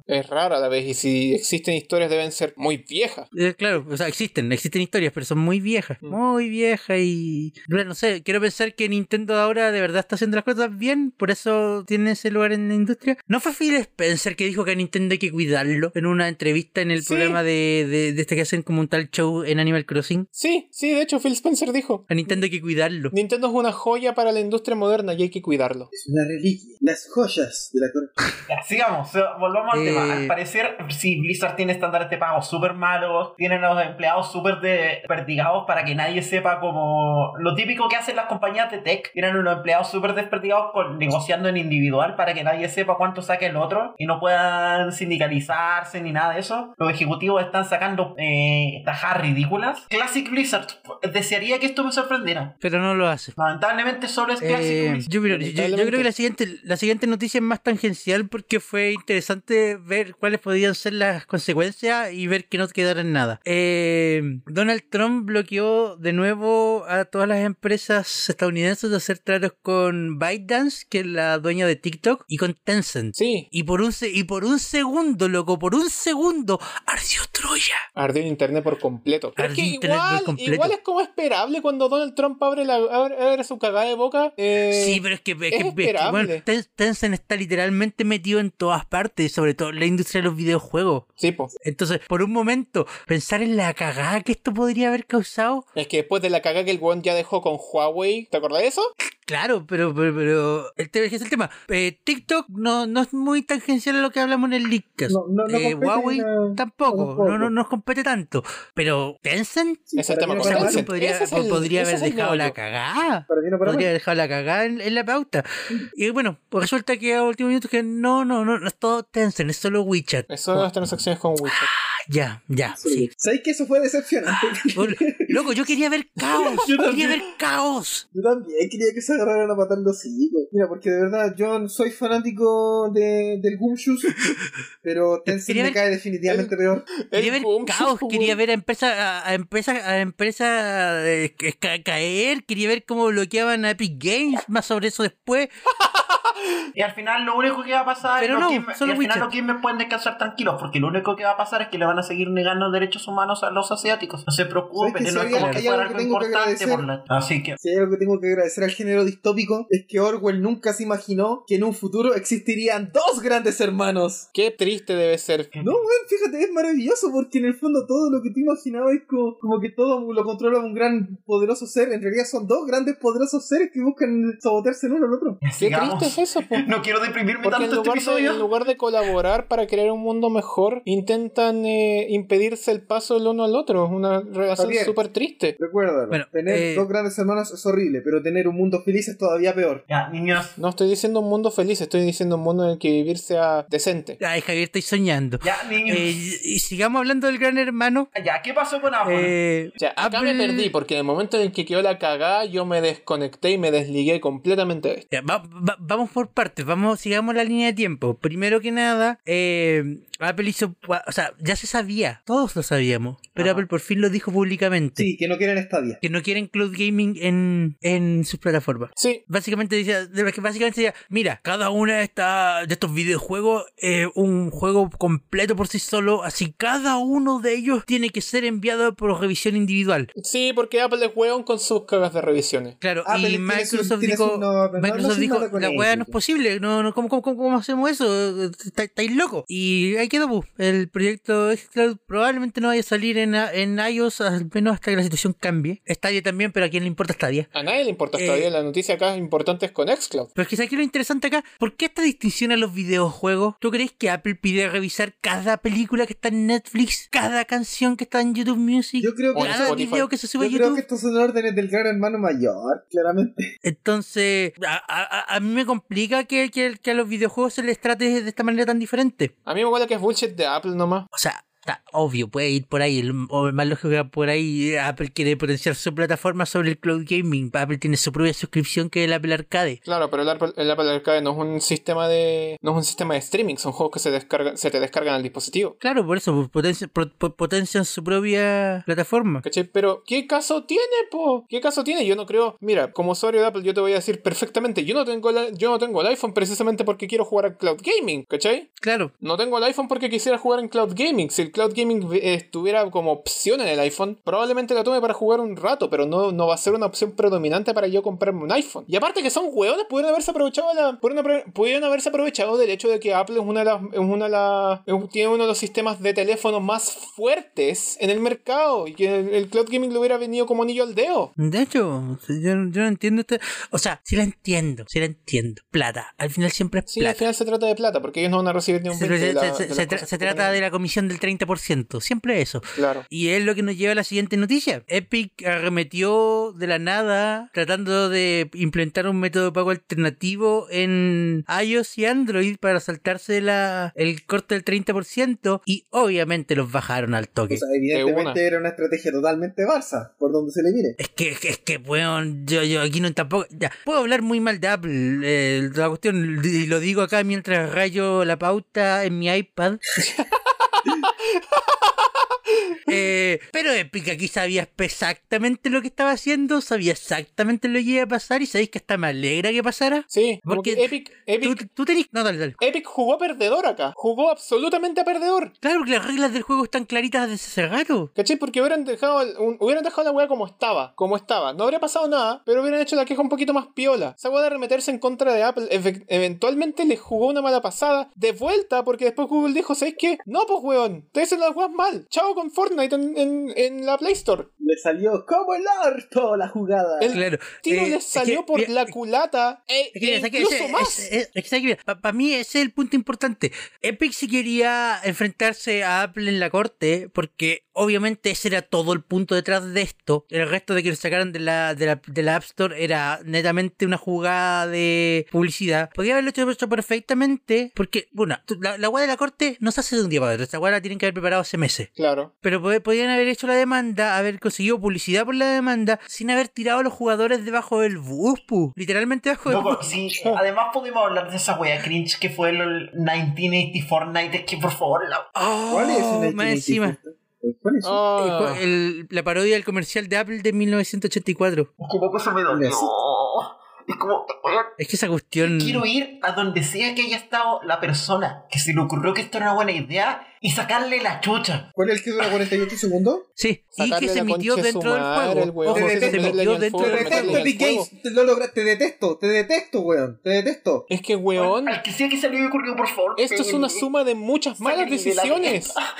Es rara la vez y si existen historias deben ser muy viejas.
Eh, claro, o sea, existen, existen historias, pero son muy viejas,
Mm.
muy viejas y... Bueno, no sé, quiero pensar que Nintendo ahora de verdad está haciendo las cosas bien, por eso tiene ese lugar en la industria. ¿No fue Phil Spencer que dijo que a Nintendo hay que cuidarlo en una entrevista en el
Sí.
programa de, de, de este que hacen como un tal show en Animal Crossing?
Sí, sí, de hecho Phil Spencer dijo.
A Nintendo hay que cuidarlo.
Nintendo es una joya para la industria moderna y hay que cuidarlo.
Es una reliquia. Las joyas de la corona.
Ya, sigamos, o sea, volvamos al
Eh.
tema. Al parecer, si Blizzard tiene estándares de pago súper malos, tienen a los empleados súper de- perdigados para que nadie sepa iba como lo típico que hacen las compañías de tech, eran unos empleados súper desperdigados con, negociando en individual para que nadie sepa cuánto saque el otro y no puedan sindicalizarse ni nada de eso. Los ejecutivos están sacando eh, tajas ridículas. Classic Blizzard, desearía que esto me sorprendiera.
Pero no lo hace.
Lamentablemente solo es Classic
Eh,
Blizzard.
yo, mira, yo- yo- yo creo que la siguiente, la siguiente noticia es más tangencial porque fue interesante ver cuáles podían ser las consecuencias y ver que no quedara en nada. Eh, Donald Trump bloqueó de nuevo a todas las empresas estadounidenses de hacer tratos con ByteDance, que es la dueña de TikTok, y con Tencent.
Sí,
Y por un se- y por un segundo, loco, por un segundo, ardió Troya.
ardió el internet por completo. Pero es
Ardió
que
internet por
igual,
completo.
igual es como esperable cuando Donald Trump abre, la, abre, abre su cagada de boca. eh,
Sí, pero es que, es que- es que,
esperable.
bueno, Ten- Tencent está literalmente metido en todas partes, sobre todo en la industria de los videojuegos.
sí, po.
Entonces, por un momento, pensar en la cagada que esto podría haber causado,
Es que después de la cagada que el weón ya dejó con Huawei, ¿te acordás de eso?
claro, pero, pero, pero el tema es que es el tema. Eh, TikTok no, no es muy tangencial a lo que hablamos en el Leakcast.
No, no, no
Eh,
compete
Huawei
a-
tampoco,
tampoco.
no, no nos compete tanto. Pero Tencent,
Sí,
Ese
para
tema
mí no
con
Tencent
para mal.
Tencent.
podría,
ese es el-
podría
ese
haber
es el
dejado la
meollo.
cagada.
Para mí no para mal.
Podría haber dejado la cagada en, en la pauta. Y bueno, pues resulta que a último minuto que no, no, no, no es todo Tencent, es solo WeChat.
Eso de las transacciones con WeChat.
Ah, Ya, ya, sí. Ah,
¿Sabéis que eso fue decepcionante?
Bueno, Loco, yo quería ver caos,
Yo
quería
también.
ver caos.
Yo también quería que se agarraran a matar los hijos. Mira, porque de verdad yo no soy fanático de, del Gumshoes, pero Tencent
Quería
me
ver-
cae definitivamente peor.
Quería ver
El boom, (laughs)
caos,
po,
quería
weón.
ver a empresas a, a empresas a empresas eh, ca- ca- caer, quería ver cómo bloqueaban a Epic Games, más sobre eso después.
Y al final lo único que va a pasar
Pero
los
no,
gamers-
solo
y al final
Witcher.
los gamers pueden descansar tranquilos, porque lo único que va a pasar es que le van a seguir negando derechos humanos a los asiáticos. No se
¿Sabes
preocupen,
que
no
si
es
hay-
como que
hay algo
fuera algo
que tengo que
importante por la... Así que
Si hay algo que tengo que agradecer al género distópico es que Orwell nunca se imaginó que en un futuro existirían dos grandes hermanos.
Qué triste debe ser.
No, weón, fíjate, es maravilloso porque en el fondo todo lo que te imaginabas es como, como que todo lo controla un gran poderoso ser. En realidad son dos grandes poderosos seres que buscan sabotearse el uno al otro.
Qué
sigamos.
triste es eso,
(laughs)
po.
(laughs) No quiero deprimirme
Porque en
tanto
lugar, de,
este
en
episodio.
lugar de colaborar para crear un mundo mejor, intentan eh, impedirse el paso del uno al otro. Una relación
Javier.
súper triste.
Recuérdalo,
Bueno,
tener
eh,
dos grandes hermanos es horrible, pero tener un mundo feliz es todavía peor.
Ya, niños.
No estoy diciendo un mundo feliz, estoy diciendo un mundo en el que vivir sea decente.
Ay, Javier, estoy soñando.
Ya, niños.
Eh, y y sigamos hablando del gran hermano.
ya, ¿qué pasó con Apple?
Eh,
O sea, acá me
Apple-
perdí, porque en el momento en el que quedó la cagada, yo me desconecté y me desligué completamente de esto.
Ya, va- va- vamos por partes, vamos, sigamos la línea de tiempo. Primero que nada, eh, Apple hizo, o sea, ya se sabía, todos lo sabíamos, pero
Ajá.
Apple por fin lo dijo públicamente,
Sí, que no quieren Stadia.
que no quieren cloud gaming en, en sus plataformas.
Sí,
Básicamente decía, de- que básicamente decía, mira, cada una de, esta- de estos videojuegos es un juego completo por sí solo, así cada uno de ellos tiene que ser enviado por revisión individual.
sí, porque Apple es hueón con sus cagas de revisiones.
Claro,
Apple
y
Ah, tiene su-
Microsoft
tiene
dijo,
su- no, no, no,
Microsoft
no
dijo,
nada con E,
la
eso,
weá no es
po".
posible, no, no, ¿cómo, cómo, cómo, cómo hacemos eso? Está- Estáis locos. Y ahí quedó, pu. el proyecto xCloud probablemente no vaya a salir en, en iOS, al menos hasta que la situación cambie. Stadia también, pero a quién le importa Stadia.
A nadie le importa
Eh,
todavía, la noticia acá importante es con Xcloud.
Pero es que ¿sabes qué es lo interesante acá, ¿por qué esta distinción a los videojuegos? ¿Tú crees que Apple pide revisar cada película que está en Netflix, cada canción que está en YouTube Music,
Yo creo que,
O en
cada
Spotify.
video que se sube a
yo creo
YouTube?
que estos son órdenes del gran hermano mayor, claramente.
Entonces, a, a- a- a mí me complica que, que- que a los videojuegos se les trate de esta manera tan diferente.
A mí me huele que es bullshit de Apple nomás.
O sea, está obvio, puede ir por ahí. el- O el más lógico que va por ahí, Apple quiere potenciar su plataforma sobre el cloud gaming. Apple tiene su propia suscripción que es el Apple Arcade.
Claro, pero el Apple, el Apple Arcade no es un sistema de no es un sistema de streaming, son juegos que se descargan se te descargan al dispositivo.
Claro, por eso, potencian, pro- po- potencian su propia plataforma.
¿Cachai? Pero, ¿qué caso tiene, po? ¿Qué caso tiene? Yo no creo. Mira, como usuario de Apple, yo te voy a decir perfectamente: yo no tengo, la- yo no tengo el iPhone precisamente porque quiero jugar a Cloud Gaming, ¿cachai?
Claro,
No tengo el iPhone porque quisiera jugar en Cloud Gaming. Si el Cloud Gaming vi- eh, estuviera como opción en el iPhone, probablemente la tome para jugar un rato, pero no, no va a ser una opción predominante para yo comprarme un iPhone. Y aparte que son hueones, pudieron haberse aprovechado la, pudieron, apro- pudieron haberse aprovechado del hecho de que Apple es una de las, es una de las- es un- tiene uno de los sistemas de teléfonos más fuertes en el mercado y que el, el Cloud Gaming le hubiera venido como anillo al dedo.
de hecho, yo, yo no entiendo. Este... O sea, sí la entiendo, sí la entiendo. Plata, al final siempre es
Sí, al
plata.
final se trata de plata, porque ellos no van a recibir ni un
Se,
20 de la-
se- se-
de las
se tra-
cosas
se
que
trata
tenemos.
de la comisión del 30%. 30%, siempre eso.
Claro.
Y es lo que nos lleva a la siguiente noticia. Epic arremetió de la nada tratando de implementar un método de pago alternativo en iOS y Android para saltarse la, el corte del 30% y obviamente los bajaron al toque.
O sea, evidentemente
una.
era una estrategia totalmente Barça, por donde se le mire.
Es que, es que, weón, yo, yo aquí no tampoco. ya, puedo hablar muy mal de Apple. eh, la cuestión, y lo digo acá mientras rayo la pauta en mi
(laughs)
iPad. Eh, pero Epic aquí sabía exactamente lo que estaba haciendo, sabía exactamente lo que iba a pasar y sabéis que hasta me alegra que pasara.
Sí, como
Porque
que Epic,
Tú,
Epic,
tú tenés. No, dale, dale.
Epic jugó perdedor acá. Jugó absolutamente a perdedor.
Claro, porque las reglas del juego están claritas desde hace rato.
¿Cachai? Porque hubieran dejado, el- un- hubieran dejado la weá como estaba, como estaba. No habría pasado nada, pero hubieran hecho la queja un poquito más piola. Esa weá de remeterse en contra de Apple efe- eventualmente les jugó una mala pasada de vuelta, porque después Google dijo, ¿sabes qué? No, pues weón, te hacen las weas mal. Chao con Fortnite en, en- en la Play Store.
Le salió como el orto la jugada.
El
Claro.
tiro
eh,
les
es que-
salió por
mira,
la culata e,
Es que,
e
es que
incluso
ese-
más.
ese- es- eh, es que, mira, pa- pa' mí ese es el punto importante. Epic sí quería enfrentarse a Apple en la corte, porque obviamente ese era todo el punto detrás de esto. El resto de que lo sacaran de la, de la, de la App Store era netamente una jugada de publicidad. Podía haberlo hecho esto perfectamente, porque, bueno, tú- la, la guada de la corte no se hace de un día para otro. Esta guada la tienen que haber preparado hace meses.
Claro.
Pero pod- podían haber hecho la demanda, haber conseguido publicidad por la demanda, sin haber tirado a los jugadores debajo del bus, pu. Literalmente debajo del bus.
Loco, sí, además pudimos hablar de esa wea cringe que fue el 1984 Night, es que por favor, la
Oh,
¿Cuál es el
más
1984?
encima. Eh,
¿Cuál es?
Ah.
El- la parodia del comercial de Apple de 1984.
es como que eso me dolió.
Yes.
Es como, weón,
Es que esa cuestión.
quiero ir a donde sea que haya estado la persona que se le ocurrió que esto era una buena idea y sacarle la chucha.
¿Cuál es el que dura 48 segundos?
Sí, y
Sacarle
que se
la
emitió
concha de su
dentro del
madre,
juego.
el weón.
Ojo,
Te
se
detesto,
emitió
meterle en
dentro
fuego,
Te
del
detesto,
juego.
meterle en el
Epic
fuego.
Games. Te, lo logra- te detesto, te detesto, weón. Te detesto.
Es que weón,
Al que sea que se le ocurrió, por favor.
esto es una
pégale.
suma de muchas malas
Sáquenle de la Ah,
decisiones.
cresta.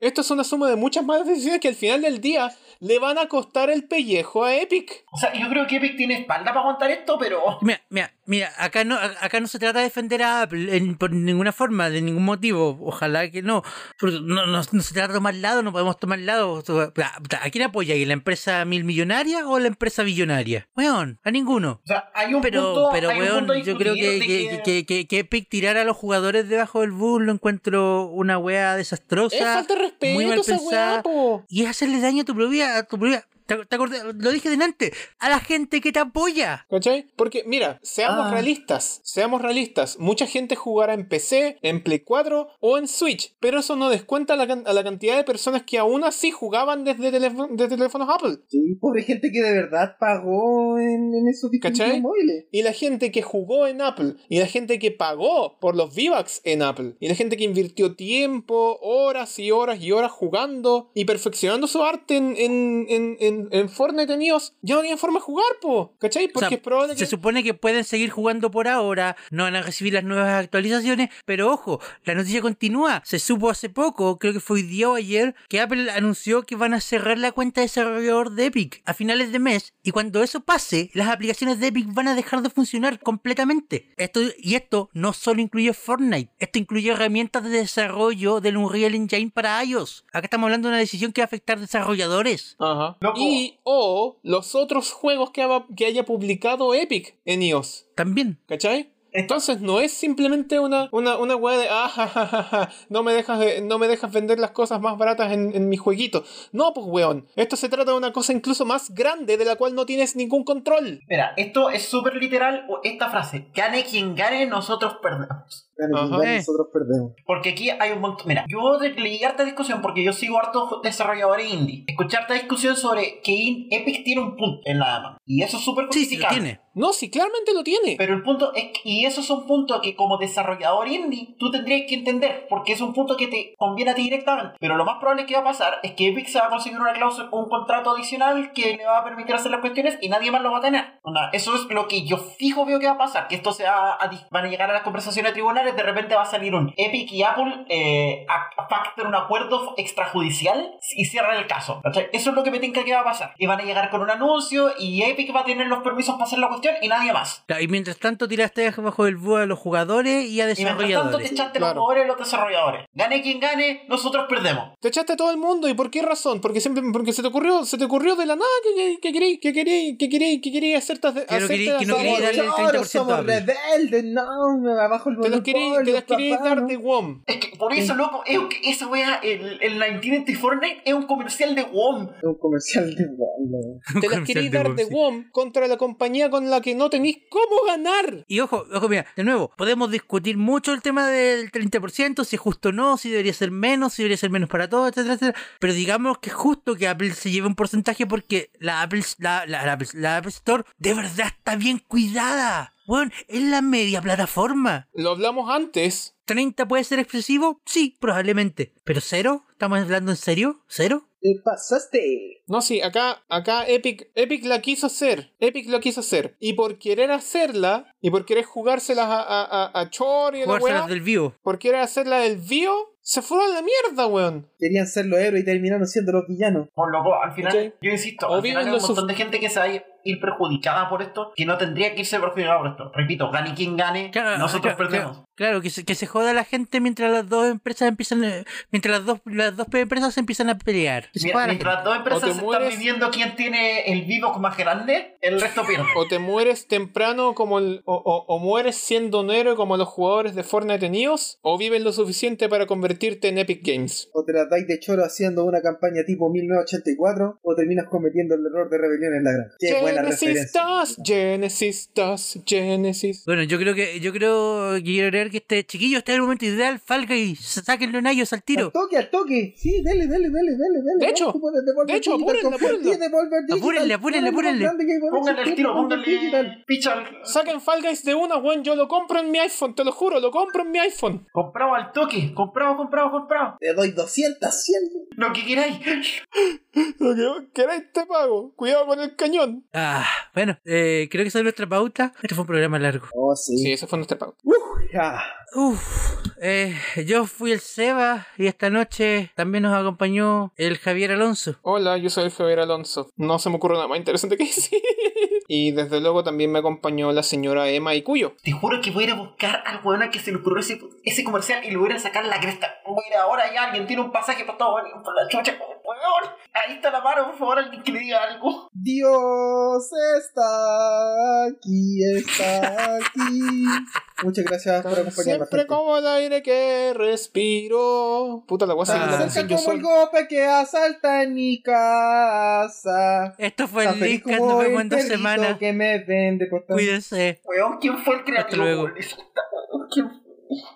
Esto es una suma de muchas malas decisiones que al final del día le van a costar el pellejo a Epic.
O sea, yo creo que Epic tiene espalda para aguantar esto, pero.
Mira, mira, mira, acá no, acá no se trata de defender a Apple en- por ninguna forma, de ningún motivo. Ojalá que no. Porque no, no, no se trata de tomar lado, no podemos tomar lado. ¿A quién apoya? ¿La empresa mil millonaria o la empresa billonaria? Weón, a ninguno.
O sea, hay un
Pero,
punto.
pero
hay un
weón,
punto a
yo creo que,
discutir de
que, que, que- que Epic tirar a los jugadores debajo del bus lo encuentro una wea desastrosa.
es falta de
muy mal
respeto esa
pensada.
weá, po.
Y es hacerle daño a tu propia. A tu propia ¿te, te acordás? Lo dije delante. A la gente que te apoya.
¿Cachai? Porque, mira, seamos
Ah.
realistas, seamos realistas. Mucha gente jugará en PC, en Play 4 o en Switch, pero eso no descuenta la can- a la cantidad de personas que aún así jugaban desde, teléfo- desde teléfonos Apple.
Sí, pobre gente que de verdad pagó en, en esos dispositivos
¿Cachai?
móviles.
y la gente que jugó en Apple, y la gente que pagó por los V-Bucks en Apple, y la gente que invirtió tiempo, horas y horas y horas jugando y perfeccionando su arte en, en, en, en, en Fortnite en iOS, ya no tienen forma de jugar, po, ¿cachai?
O sea,
Porque es probable que...
Se supone que pueden seguir jugando por ahora, no van a recibir las nuevas actualizaciones, pero ojo, la noticia continúa. Se supo hace poco, creo que fue hoy día o ayer, que Apple anunció que van a cerrar la cuenta de desarrollador de Epic a finales de mes, y cuando eso pase, las aplicaciones de Epic van a dejar de funcionar completamente. Esto, y esto no solo incluye Fortnite, esto incluye herramientas de desarrollo del Unreal Engine para iOS. Acá estamos hablando de una decisión que va a afectar desarrolladores.
Ajá.
Loco.
Y o los otros juegos que, haba- que haya publicado Epic en iOS,
También.
¿cachai? Entonces no es simplemente una, una, una weá de ah, ja, ja, ja, ja, no me dejas eh, no me dejas vender las cosas más baratas en, en mi jueguito. No, pues weón, esto se trata de una cosa incluso más grande de la cual no tienes ningún control.
Mira, esto es súper literal o esta frase. Gane quien gane, nosotros perdemos.
Claro, pues,
Ajá.
igual
Eh.
nosotros perdemos.
Porque aquí hay un montón. Mira, yo de- leí harta discusión porque yo sigo hartos desarrolladores indie. Escuché harta discusión sobre que in- Epic tiene un punto en la mano. Y eso es súper
Sí, sí, lo
justificable.
tiene.
No, sí, claramente lo tiene.
Pero el punto es que- y eso es un punto que como desarrollador indie tú tendrías que entender, porque es un punto que te conviene a ti directamente. Pero lo más probable que va a pasar es que Epic se va a conseguir una cláusula, un contrato adicional que le va a permitir hacer las cuestiones y nadie más lo va a tener. Onda, eso es lo que yo fijo veo que va a pasar, que esto se va a, a dis- van a llegar a las conversaciones tribunales dólares, de repente va a salir un Epic y Apple eh, a- pactan un acuerdo extrajudicial y cierran el caso. ¿cachai? Eso es lo que me tinca que va a pasar. Y van a llegar con un anuncio y Epic va a tener los permisos para hacer la cuestión y nadie más.
Claro, Y mientras tanto tiraste bajo el búho a los jugadores y a
Y mientras tanto te
desarrolladores.
echaste los
claro.
jugadores y los desarrolladores. Gane quien gane, nosotros perdemos.
Te echaste a todo el mundo, ¿y por qué razón? Porque siempre, porque se te ocurrió, se te ocurrió de la nada que, que, que querí, que querí, que querí, que querí hacerte,
Que no querí-
hacerte
que no querí
hacer-
Somos
darle el 30%
choros, somos
a Apple.
rebeldes, no, me abajo el
Te las querí, te las querí dar
(laughs)
de WOM.
Es que por eso, loco, es que esa wea, el, el 1980 Fortnite es un comercial de WOM.
Un comercial de banda.
Te las
Comercial
querí
de
dar
Pepsi.
de WOM contra la compañía con la que no tenéis cómo ganar.
Y ojo, ojo, mira, de nuevo, podemos discutir mucho el tema del 30%, si es justo o no, si debería ser menos, si debería ser menos para todos, etcétera, etcétera. Pero digamos que es justo que Apple se lleve un porcentaje porque la Apple, la, la- la Apple, la Apple Store de verdad está bien cuidada. Bueno, es la media plataforma.
Lo hablamos antes.
30 puede ser excesivo, sí, probablemente. Pero cero, ¿estamos hablando en serio? ¿Cero?
Te pasaste.
No, sí, acá, acá Epic, Epic la quiso hacer. Epic la quiso hacer. Y por querer hacerla, y por querer jugárselas a, a, a, a Chor y a la
Jugárselas
weá,
del vivo.
por querer hacerla del bio, se fueron a la mierda, weón.
Querían ser los héroes y terminaron siendo los villanos.
Por loco, al final,
¿Cachai?
yo insisto,
O
al final
viven
hay un
los
montón
suf-
de gente que se va a ir perjudicada por esto, que no tendría que irse perjudicada por esto. Repito, gane quien gane,
Claro,
nosotros
claro,
perdemos.
Claro, claro, que, se, que se joda la gente mientras las dos empresas empiezan. eh, Mientras las dos, las dos empresas se empiezan a pelear. Que se
Mira,
joda la
mientras las
gente.
dos
O te
empresas se están
mueres-
viviendo quién tiene el vivo más grande, el resto pierde.
O te mueres temprano como el, o, o- o mueres siendo un héroe como los jugadores de Fortnite en iOS, o vives lo suficiente para convertirte en Epic Games.
O te las dais de choro haciendo una campaña tipo 1984, o terminas cometiendo el error de rebelión en la granja. Qué buena
Genesis
referencia.
estás, Genesis estás, Genesis.
Bueno, yo creo que yo creo que quiero creer que este chiquillo este es el momento ideal, Falca y sáquenlo en ellos al
Al
tiro.
toque, al toque. Sí, dale, dale, dale, dale, dale.
De
Vamos,
hecho,
como Devolver
de hecho,
Digital,
apúrenla,
confía en ti,
apúrenla.
Devolver Digital.
Apúrenle, apúrenle,
Dale,
apúrenle.
grande que hay por
Póngale el
existir,
tiro,
Devolver
póngale
Digital.
picha al...
Saquen Fall Guys de una, weón. Yo lo compro en mi iPhone, te lo juro, lo compro en mi iPhone.
Comprado al toque, comprado, comprado, comprado.
Te doy 200, 100.
Lo que queráis.
Lo que vos queráis te este pago. Cuidado con el cañón.
Ah, bueno, eh, creo que esa es nuestra pauta. Este fue un programa largo.
Oh, sí.
Sí, ese fue nuestro pago.
Ah,
Uf, eh, yo fui el Seba y esta noche también nos acompañó el Javier Alonso.
Hola, yo soy Javier Alonso. No se me ocurre nada más interesante que (laughs) decir. Y desde luego también me acompañó la señora Emma y Cuyo.
Te juro que voy a ir a buscar al weón al que se le ocurrió ese, ese comercial y le voy a ir a sacar la cresta. Voy a ir ahora ya, alguien tiene un pasaje para todo, por la chucha, weón. Ahí está la mano, por favor, alguien que le diga algo.
Dios está aquí, está aquí. Muchas gracias por acompañarnos.
Siempre
gente.
como el aire que respiro. Puta la guasa
Ah,
de la
Tan
canción
cerca
yo
como el
solo.
golpe que asalta en mi casa.
Esto fue
Tan
el
feliz
Linkcast,
como
nos
el
vemos en dos
perrito
semanas.
que me vende por tanto.
Cuídense.
Weón, ¿quién fue el creativo?
luego.
weón? Eso está- weón, ¿quién fue?